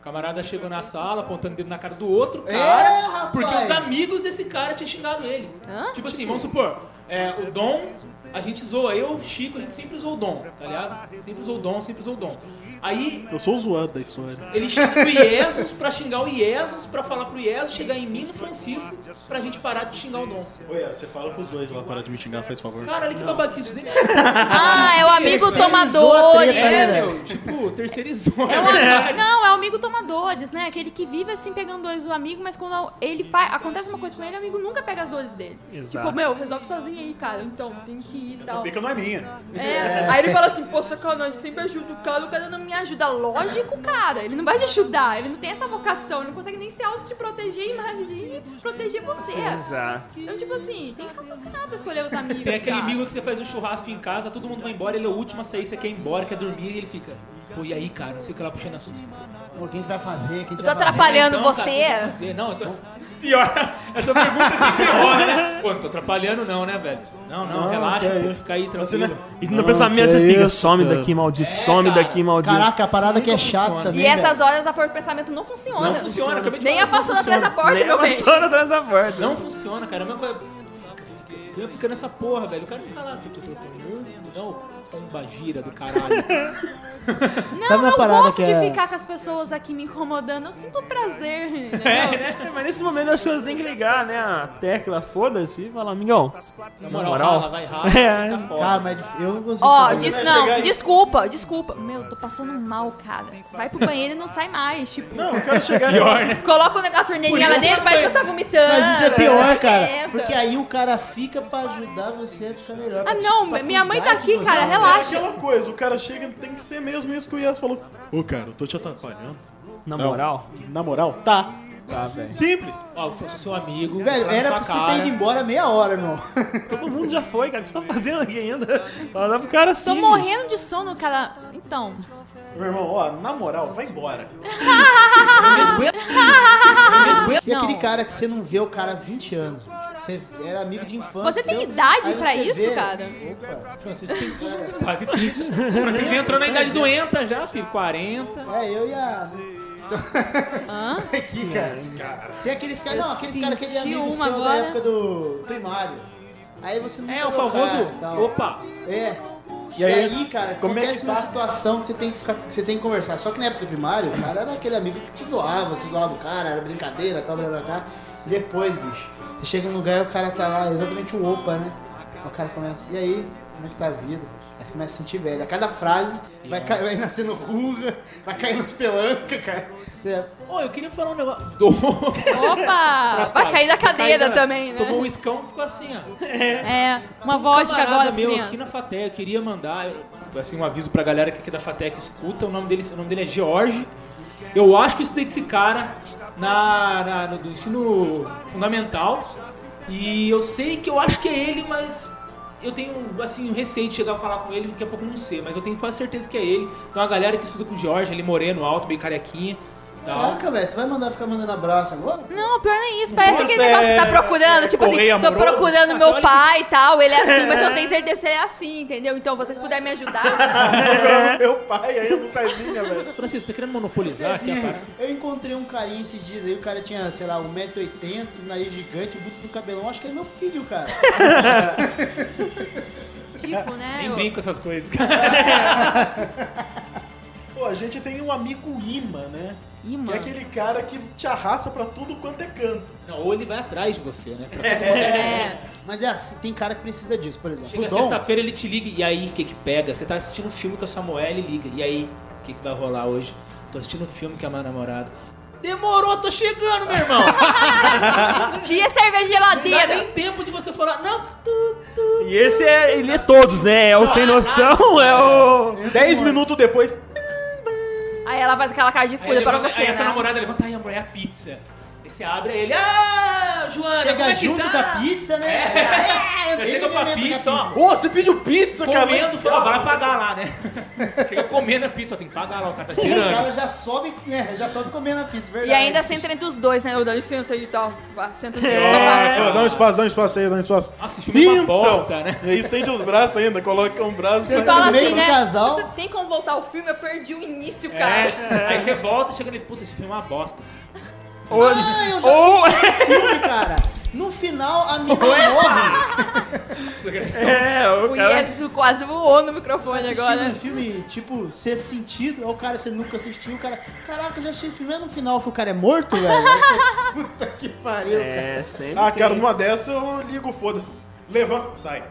J: O camarada chegou na sala apontando o dedo na cara do outro cara,
I: É, rapaz!
J: porque os amigos desse cara tinham xingado ele.
D: Hã?
J: Tipo assim, vamos supor, é, o Dom, a gente zoa eu, o Chico, a gente sempre zoou o Dom, tá ligado? Sempre zoou o Dom, sempre zoou o Dom. Aí
B: Eu sou o zoado da história.
J: ele xinga o Iesus pra xingar o Iesus, pra falar pro Iesus chegar em mim e no Francisco pra gente parar de xingar o Dom.
B: Oi, é, você fala pros dois lá parar de me xingar, faz favor.
J: Cara, olha que babaquice dele.
D: Ah, é o amigo
I: Terceirizou a
D: tomador.
I: treta, né,
J: É,
I: velho?
J: meu, tipo, terceirizou. *laughs*
D: É um *laughs* amigo, não, é o amigo tomadores, né? Aquele que vive assim pegando dores do amigo, mas quando ele faz, acontece uma coisa com ele, o amigo nunca pega as dores dele.
H: Exato.
D: Tipo, meu, resolve sozinho aí, cara. Então, tem que ir e
B: Essa
D: tal.
B: pica não é minha.
D: É, aí ele fala assim, pô, sacanagem, sempre ajuda o cara, o cara não me ajuda. Lógico, cara, ele não vai te ajudar, ele não tem essa vocação, ele não consegue nem se auto-proteger, imagine proteger você.
H: Exato.
D: Então, tipo assim, tem que raciocinar pra escolher os amigos.
J: Tem aquele
D: cara.
J: amigo que você faz um churrasco em casa, todo mundo vai embora, ele é o último a sair, você quer ir embora, quer dormir, e ele fica. Pô, e aí, cara? Não sei o que lá puxando assunto.
I: Alguém vai fazer, quem
D: Eu tô Tá
J: Então,
D: atrapalhando você?
J: Não, eu tô. Pior, essa pergunta sempre errou, né? Pô, não tô atrapalhando, não, né, velho? Não, não,
H: Não,
J: relaxa,
H: que é
J: pô,
H: isso.
J: fica aí
B: Assim,
J: tranquilo.
B: né?
H: E no pensamento você fica, some daqui, maldito, some daqui, maldito.
I: Caraca, a parada que é chata também.
D: E essas horas a força de pensamento não funciona.
J: Não funciona, acabei de
D: Nem a
J: falar, não
D: passando atrás da
J: funciona.
D: porta,
J: Nem
D: meu
J: a
D: bem.
J: vassoura
H: atrás da porta.
J: Não é- funciona, cara. Eu coisa. Eu fico nessa porra, velho. O cara fica lá. tu, tu, tu, tu, Não, pomba gira do *laughs* caralho.
D: Não,
I: Sabe uma
D: eu
I: parada
D: gosto
I: que
D: de
I: é-
D: ficar com as pessoas aqui me incomodando. Eu sinto
J: *laughs*
D: prazer, entendeu?
H: É, mas nesse momento as pessoas têm que ligar, né? A tecla, foda-se, e falar, amigão. Na
J: moral, fala, vai rápido,
H: É.
J: tá foda.
I: Cara, mas eu não consigo.
D: Ó,
I: fazer
D: disso
I: isso.
D: não, desculpa, desculpa. Meu, tô passando mal, cara. Vai pro banheiro e não sai mais. Tipo,
B: Não, eu quero chegar pior.
D: coloca o negócio, a torneirinha
J: Por
D: lá
J: isso
D: dentro,
J: que
D: parece que
J: eu
D: você tá vomitando. Tá
I: Mas isso é
D: Quieta.
I: pior, cara. Porque aí o cara fica pra ajudar você a ficar melhor. Tipo,
D: Ah,
I: pra-
D: não,
I: pra
D: minha mãe
I: cuidar
D: tá
I: de
D: aqui,
I: você.
D: cara,
B: É
D: relaxa.
B: aquela coisa, o cara chega, tem que ser mesmo isso que o Ias falou.
K: Ô, cara, eu tô te atrapalhando.
H: Na moral.
B: Na moral, tá.
H: Tá, velho.
B: Simples.
J: Ó, eu sou seu amigo.
I: Velho,
J: tá na
I: era
J: sua
I: pra você
J: cara.
I: ter ido embora meia hora, irmão.
H: Todo mundo já foi, cara. O que você tá fazendo aqui ainda? Fala pro cara assim.
D: Tô morrendo de sono, cara. Então.
B: Meu irmão, ó, na moral, vai
D: *laughs*
B: embora.
I: E
D: Não.
I: aquele cara que você não vê o cara há 20 anos. Você era amigo de infância.
D: Você tem
I: seu,
D: idade
I: aí
D: pra
I: você
D: isso,
I: vê-
D: cara?
I: Opa. tipo assim,
J: Francisco tem quase 30. Francisco já entrou na idade Tá doenta já, filho. 40.
I: É, eu e a.
D: Então.
I: Então,
D: Hã?
I: *laughs* Aqui, cara. Tem aqueles caras. Não, aqueles caras que é de
D: senti
I: amigo
D: uma
I: seu da
D: agora.
I: época do primário. Aí você não
J: É, o
I: Cara, e tal.
J: famoso. Opa!
I: É.
B: E
I: E
B: aí,
I: aí, cara,
B: como é
I: acontece
B: que
I: uma
B: tá?
I: situação que você tem que ficar, que você tem que conversar. Só que na época do primário, o cara era aquele amigo que te zoava, você zoava o cara, era brincadeira, tal, blá, blá, blá. E Depois, bicho, você chega num lugar e o cara tá lá, exatamente o opa, né? Aí o cara começa, e aí, como é que tá a vida? Aí você começa a sentir velho. A cada frase vai, ca- vai nascendo ruga, vai caindo as pelancas, cara. É,
J: Ô, eu queria falar um negócio. *laughs*
D: Opa! Vai Ah, cair da cadeira
J: Caiu na-
D: também, né?
J: Tomou um escão e ficou assim, ó.
D: É, uma vodka
J: camarada
D: agora,
J: meu
D: criança.
J: aqui na Fatec, eu queria mandar eu- assim um aviso pra galera que aqui da Fatec escuta, o nome dele, o nome dele é George. Eu acho que eu estudei com esse cara na, na- no, do ensino fundamental. E eu sei que eu acho que é ele, mas eu tenho assim um receio de chegar a falar com ele, daqui a pouco eu não sei, mas eu tenho quase certeza que é ele. Então a galera que estuda com o George, ele moreno, alto, bem carequinha, e tal.
I: Caraca, velho, tu vai mandar ficar mandando abraço agora?
D: Não, pior não é isso. Parece
B: Nossa,
D: aquele negócio que tá
B: é-
D: procurando, tipo assim,
B: correio
D: tô
B: amoroso.
D: procurando
J: Nossa,
D: meu
J: olha
D: pai e tal, ele é assim, mas eu não tenho certeza se ele é assim, entendeu? Então, vocês puderem me ajudar.
B: Procurando meu pai, aí eu não sozinha, velho.
J: Francisco, tá querendo monopolizar aqui a
I: Cezinha,
J: parada?
I: eu encontrei um carinha esses dias aí, o cara tinha, sei lá, 1,80m, nariz gigante, o buto do cabelão, acho que é meu filho, cara.
J: *laughs*
D: tipo, né?
J: Nem
D: eu-
J: brinco com essas coisas,
B: Pô, a gente tem um amigo imã, né?
D: Ih,
B: Que
D: mano.
B: é aquele cara que te arrasta pra tudo quanto é canto.
J: Não, ou ele vai atrás de você, né? Pra
D: É.
I: Mas é assim, tem cara que precisa disso, por exemplo.
J: Chega
I: O Dom,
J: sexta-feira ele te liga, e aí, o que que pega? Você tá assistindo um filme com a sua mulher, ele liga, e aí, o que que vai rolar hoje? Tô assistindo um filme com a minha namorada. Demorou, tô chegando, meu irmão!
D: Tira a cerveja
J: Não dá
D: geladeira.
J: nem tempo de você falar, não, tu, tu.
H: E esse é. Ele é todos, né? É o sem noção, é o.
B: Dez minutos depois,
D: Aí ela faz aquela cara de
J: Aí
D: fuda pra
J: levanta-
D: você,
J: aí
D: né?
J: a sua namorada levanta, aí amor, é a pizza. Aí você abre, aí ele, ah, Joana,
I: chega
J: como é que
I: junto
J: tá?
I: da pizza, né? É,
J: Você chega
I: ele
J: com
I: me
J: a
I: mete na
J: pizza, ó.
B: Ô, você pediu pizza, cara.
J: Comendo, fala, vai pagar lá, né? *laughs* Chega comendo a pizza, ó, tem que pagar lá, o cara tá
I: O
J: esperando.
I: cara já sobe, né, já sobe comendo a pizza, verdade.
D: E ainda senta entre os dois, né? Eu dá licença aí e tal. Vá, Senta entre os dois.
J: É.
B: Ô, Dá um espaço, dá um espaço aí, dá um espaço.
J: Nossa, esse filme é uma
B: Então,
J: bosta, né?
B: E aí estende os braços ainda, coloca um braço.
I: Senta
D: Fala
I: no meio
D: assim,
I: do
D: né?
I: casal.
D: Tem como voltar o filme? Eu perdi o início, cara.
J: É, aí você volta, chega ali, puta, esse filme é uma bosta.
H: Ou-
I: Ah, eu já
H: ou-
I: assisti esse filme, cara. No final, a mina
J: é
I: morre.
J: Isso é
H: É, o
D: O
H: cara.
D: Ieso quase voou no microfone
I: Assistindo
D: agora.
J: né?
I: um filme, tipo, ser sentido. Aí o cara, você nunca assistiu, o cara... Caraca, eu já assisti esse filme. É no final que o cara é morto, velho?
J: *laughs*
I: Aí você, Puta que pariu, cara.
H: É, sempre.
B: Ah, cara, numa dessa eu ligo, foda-se. Levanta, sai.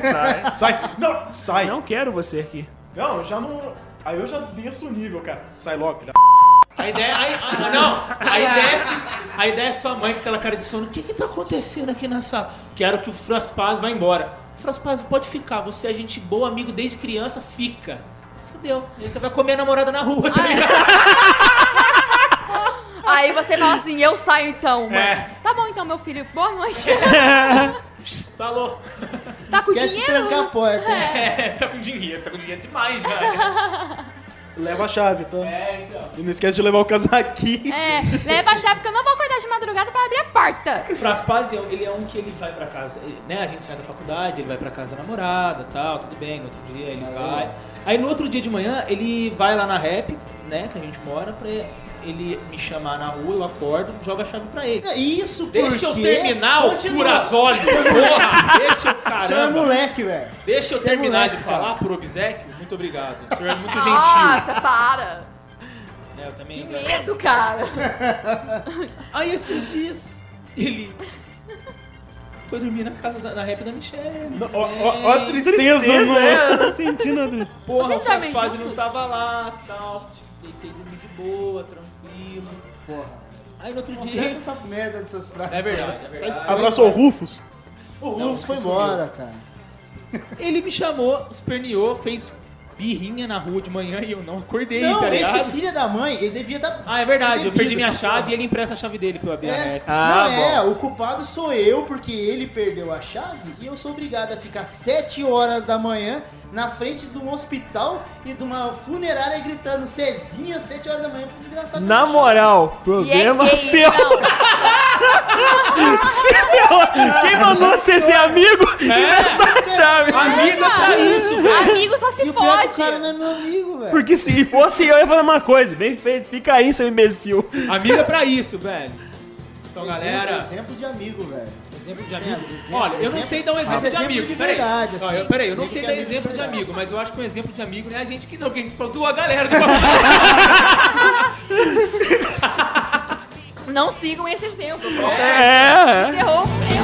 H: sai.
B: Sai. Não, sai. Não,
H: Não quero você aqui.
B: eu já não. Aí eu já desço o nível, cara. Sai logo, filha.
J: A ideia, aí, ah, não, a ideia, é, se- a ideia é sua mãe com aquela cara de sono. O que que tá acontecendo aqui na sala? Quero que o Fraspaz vá embora. Fala, pras pais, pode ficar, você é gente boa, amigo desde criança, fica. Fudeu. Aí Você vai comer a namorada na rua, tá ligado?
D: Aí você fala assim, eu saio então, mano.
J: É.
D: Tá bom então, meu filho. Boa noite. *laughs*
J: Falou.
D: tá com
I: Esquece de
D: dinheiro?
I: trancar a porta. hein?
J: *laughs* É, tá com dinheiro, tá com dinheiro demais, velho.
B: Leva a chave, tá?
J: É, então.
B: E não esquece de levar o casaquinho.
D: É, leva a chave que eu não vou acordar de madrugada pra abrir a porta.
J: Pras pais, eu- ele é um que ele vai pra casa, ele- né? A gente sai da faculdade, ele vai pra casa da namorada tal, tudo bem. No outro dia
I: É.
J: ele vai. Aí no outro dia de manhã, ele vai lá na rap, né? Que a gente mora, pra ele me chamar na rua, eu acordo, joga a chave pra ele.
I: É Isso porque...
J: Deixa eu terminar, o né?
I: Continua.
J: furazóis, porra! Deixa
I: Você
J: eu,
I: é
J: caramba!
I: moleque, velho.
J: Deixa eu
I: Você é
J: terminar
I: moleque,
J: de
I: cara.
J: falar por obséquio? Muito obrigado. O senhor é muito gentil.
D: Nossa, para.
J: É, eu também
D: Ah, Que
J: já-
D: medo, cara.
J: Aí esses dias, ele foi dormir na casa da, na rap da Michelle.
B: Ó, ó, ó a É. tristeza, né? no...
H: é, eu tô sentindo a tristeza.
J: Porra,
D: Vocês
J: o Faz
D: dormem
J: Fase
D: juntos?
J: não tava lá tal. Tipo, Deitei dormir de boa, tranquilo.
I: Porra.
J: Aí no outro
I: Não
J: dia.
I: serve é essa merda dessas frases.
J: É verdade, é verdade.
I: Tá
B: Abraçou o Rufus.
I: O
J: Não,
I: Rufus foi
J: sumiu.
I: embora, cara.
J: Ele me chamou, esperneou, fez birrinha na rua de manhã e eu não acordei,
I: Não,
J: tá ligado?
I: esse filho da mãe, ele devia estar.
J: Ah, é verdade, eu perdi minha chave e ele empresta a chave dele pra eu abrir a
I: É,
J: *laughs* rap.
H: Ah,
I: não é, o culpado sou eu, porque ele perdeu a chave e eu sou obrigado a ficar 7 horas da manhã na frente de um hospital e de uma funerária gritando Cezinha, 7 horas da manhã, pro desgraçado.
H: Na
I: achar.
H: moral,
D: E é
H: problema
D: gay,
H: seu. *laughs*
D: então.
H: Se ferrou. Quem mandou você ser amigo investe a *laughs* chave?
J: É, Amiga pra isso, velho.
D: Amigo só
I: E
D: se
I: o pior é que o
D: pode.
I: cara não é meu amigo, velho.
H: Porque se fosse eu, eu ia falar uma coisa. Bem feito, fica aí, seu imbecil.
J: Amiga pra isso, velho. Então,
I: Exemplo-
J: galera,
I: Exemplo de amigo, velho.
J: exemplo de
I: É,
J: amigo.
I: exemplo-
J: Olha, eu não
I: exemplo-
J: sei dar um
I: mas
J: exemplo de
I: exemplo
J: amigo,
I: de
J: peraí.
I: verdade,
J: Não,
I: assim.
J: eu- Peraí, eu não
I: Tem
J: sei
I: que
J: dar
I: amigo de
J: exemplo de
I: verdade.
J: amigo, mas eu acho que um exemplo de amigo não é a gente que não, que a gente só zoa a galera. do-
I: *laughs*
D: Não sigam esse exemplo. pronto.
H: É.
I: É.
D: Encerrou. É,